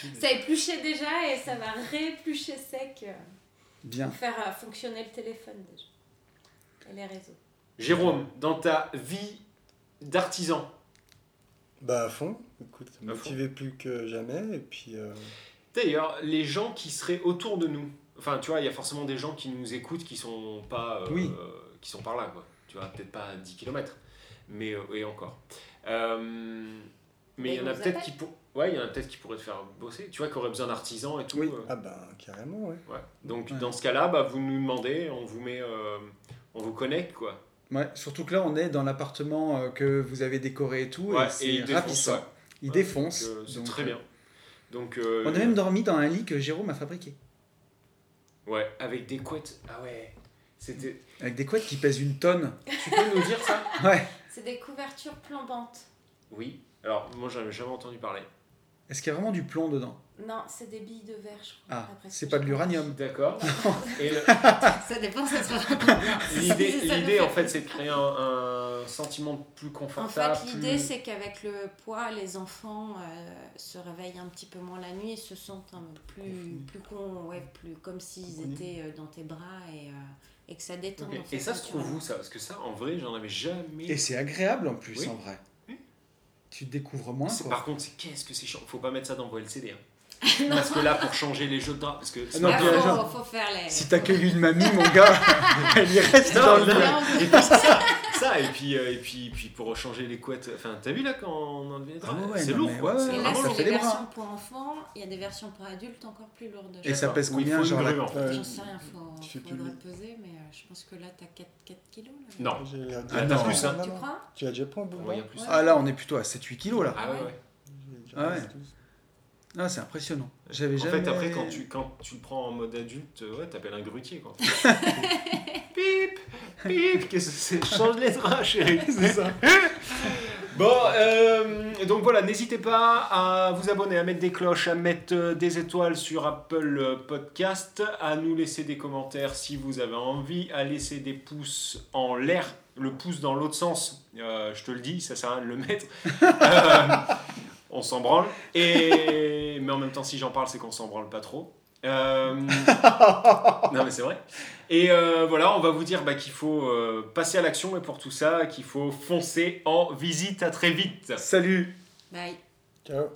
Hmm.
Ça épluchait déjà et ça va rééplucher sec. euh,
Bien.
Faire euh, fonctionner le téléphone déjà. Et les réseaux.
Jérôme, dans ta vie d'artisan,
Bah à fond, écoute,
À fond.
motivé plus que jamais, et puis... euh,
d'ailleurs, les gens qui seraient autour de nous, enfin, tu vois, il y a forcément des gens qui nous écoutent qui sont pas. euh,
Oui.
qui sont par là, quoi. Tu vois, peut-être pas à 10 km, mais euh, et encore. Euh, mais
Et
il y en a
nous
peut-être
appellent.
qui, pour... ouais, il y en a peut-être qui pourraient te faire bosser, tu vois, qui auraient besoin d'artisans et tout.
Oui.
euh.
Ah bah carrément, ouais.
Ouais. Donc
Ouais.
dans ce cas-là, bah, vous nous demandez, on vous met, euh, on vous connecte quoi.
Ouais, surtout que là, on est dans l'appartement euh, que vous avez décoré et tout,
Ouais,
et
et
c'est
ils défoncent,
ravissant.
ouais.
Il
Ouais,
défonce.
Donc, euh, C'est
donc,
très
euh,
bien. Donc euh,
On a même dormi dans un lit que Jérôme a fabriqué,
ouais, avec des couettes. Ah ouais. C'était.
avec des couettes qui pèsent une tonne.
tu peux nous dire ça
C'est des couvertures plombantes.
Oui. Alors moi j'en avais jamais entendu parler.
Est-ce qu'il y a vraiment du plomb dedans
Non, c'est des billes de verre, je crois.
Ah,
d'après ce
c'est
que
pas
j'ai
de l'uranium.
D'accord. Et le-
Ça dépend, ça sera
l'idée,
Ça nous
l'idée
fait-
en fait, c'est de créer un, un sentiment plus
En
confortable.
fait, l'idée,
plus-
c'est qu'avec le poids, les enfants euh, se réveillent un petit peu moins la nuit et se sentent un peu plus, plus, con, ouais, plus comme s'ils étaient euh, dans tes bras et, euh, et que ça détend.
Ok.
en fait,
Et ça se trouve
naturellement.
où ça Parce que ça, en vrai, j'en avais jamais.
Et c'est agréable en plus,
Oui.
en vrai. Tu te découvres moins,
C'est-
quoi.
Par contre, c'est qu'est-ce que c'est chiant. Faut pas mettre ça dans vos LCD. hein. parce que là, pour changer les jeux de draps, parce que c'est
non,
pas
Ah,
puis,
bien.
euh, genre-
faut, faut faire les.
Si t'accueilles une mamie, mon gars, elle y reste
Non,
dans le
non,
lit.
Et puis c'est ça, ça, et puis, euh, et puis, puis pour changer les couettes, enfin, t'as vu là quand on enlevait les draps
Ah ouais,
C'est
non,
lourd
mais
quoi,
ouais,
c'est
ouais,
Et là,
vraiment
ça
c'est
lourd.
fait
des
des bras.
versions pour enfants, il y a des versions pour adultes encore plus lourdes.
Et ça
D'accord.
pèse
Ou il
combien,
faut une
genre, la-
grue, en fait.
Ouais,
J'en sais rien, faut,
Tu fais plus
faudrait
lourd.
peser, mais euh, je pense que là, t'as 4, 4 kilos. Là.
Non,
J'ai l'air de-
Ah,
non,
t'as plus, hein.
non,
Tu
non.
crois
Tu l'as déjà pris en hein.
on
bout
voit, il y a plus.
Ah là, on est plutôt à 7-8 kilos, là.
Ah ouais, ouais.
Ah ouais. Ah, c'est impressionnant. J'avais
En
jamais...
fait, après, quand tu, quand tu le prends en mode adulte, euh, ouais, t'appelles un grutier quoi. pip Pip Qu'est-ce que c'est Change les draps, chérie
C'est ça.
Bon, euh, donc voilà, n'hésitez pas à vous abonner, à mettre des cloches, à mettre euh, des étoiles sur Apple euh, Podcast, à nous laisser des commentaires si vous avez envie, à laisser des pouces en l'air, le pouce dans l'autre sens, euh, je te le dis, ça sert à rien de le mettre. Euh, on s'en branle. Et... Mais en même temps, si j'en parle, c'est qu'on s'en branle pas trop. Euh, non mais c'est vrai. Et euh, voilà, on va vous dire bah, qu'il faut euh, passer à l'action et pour tout ça, qu'il faut foncer en visite. À très vite.
Salut
Bye.
Ciao.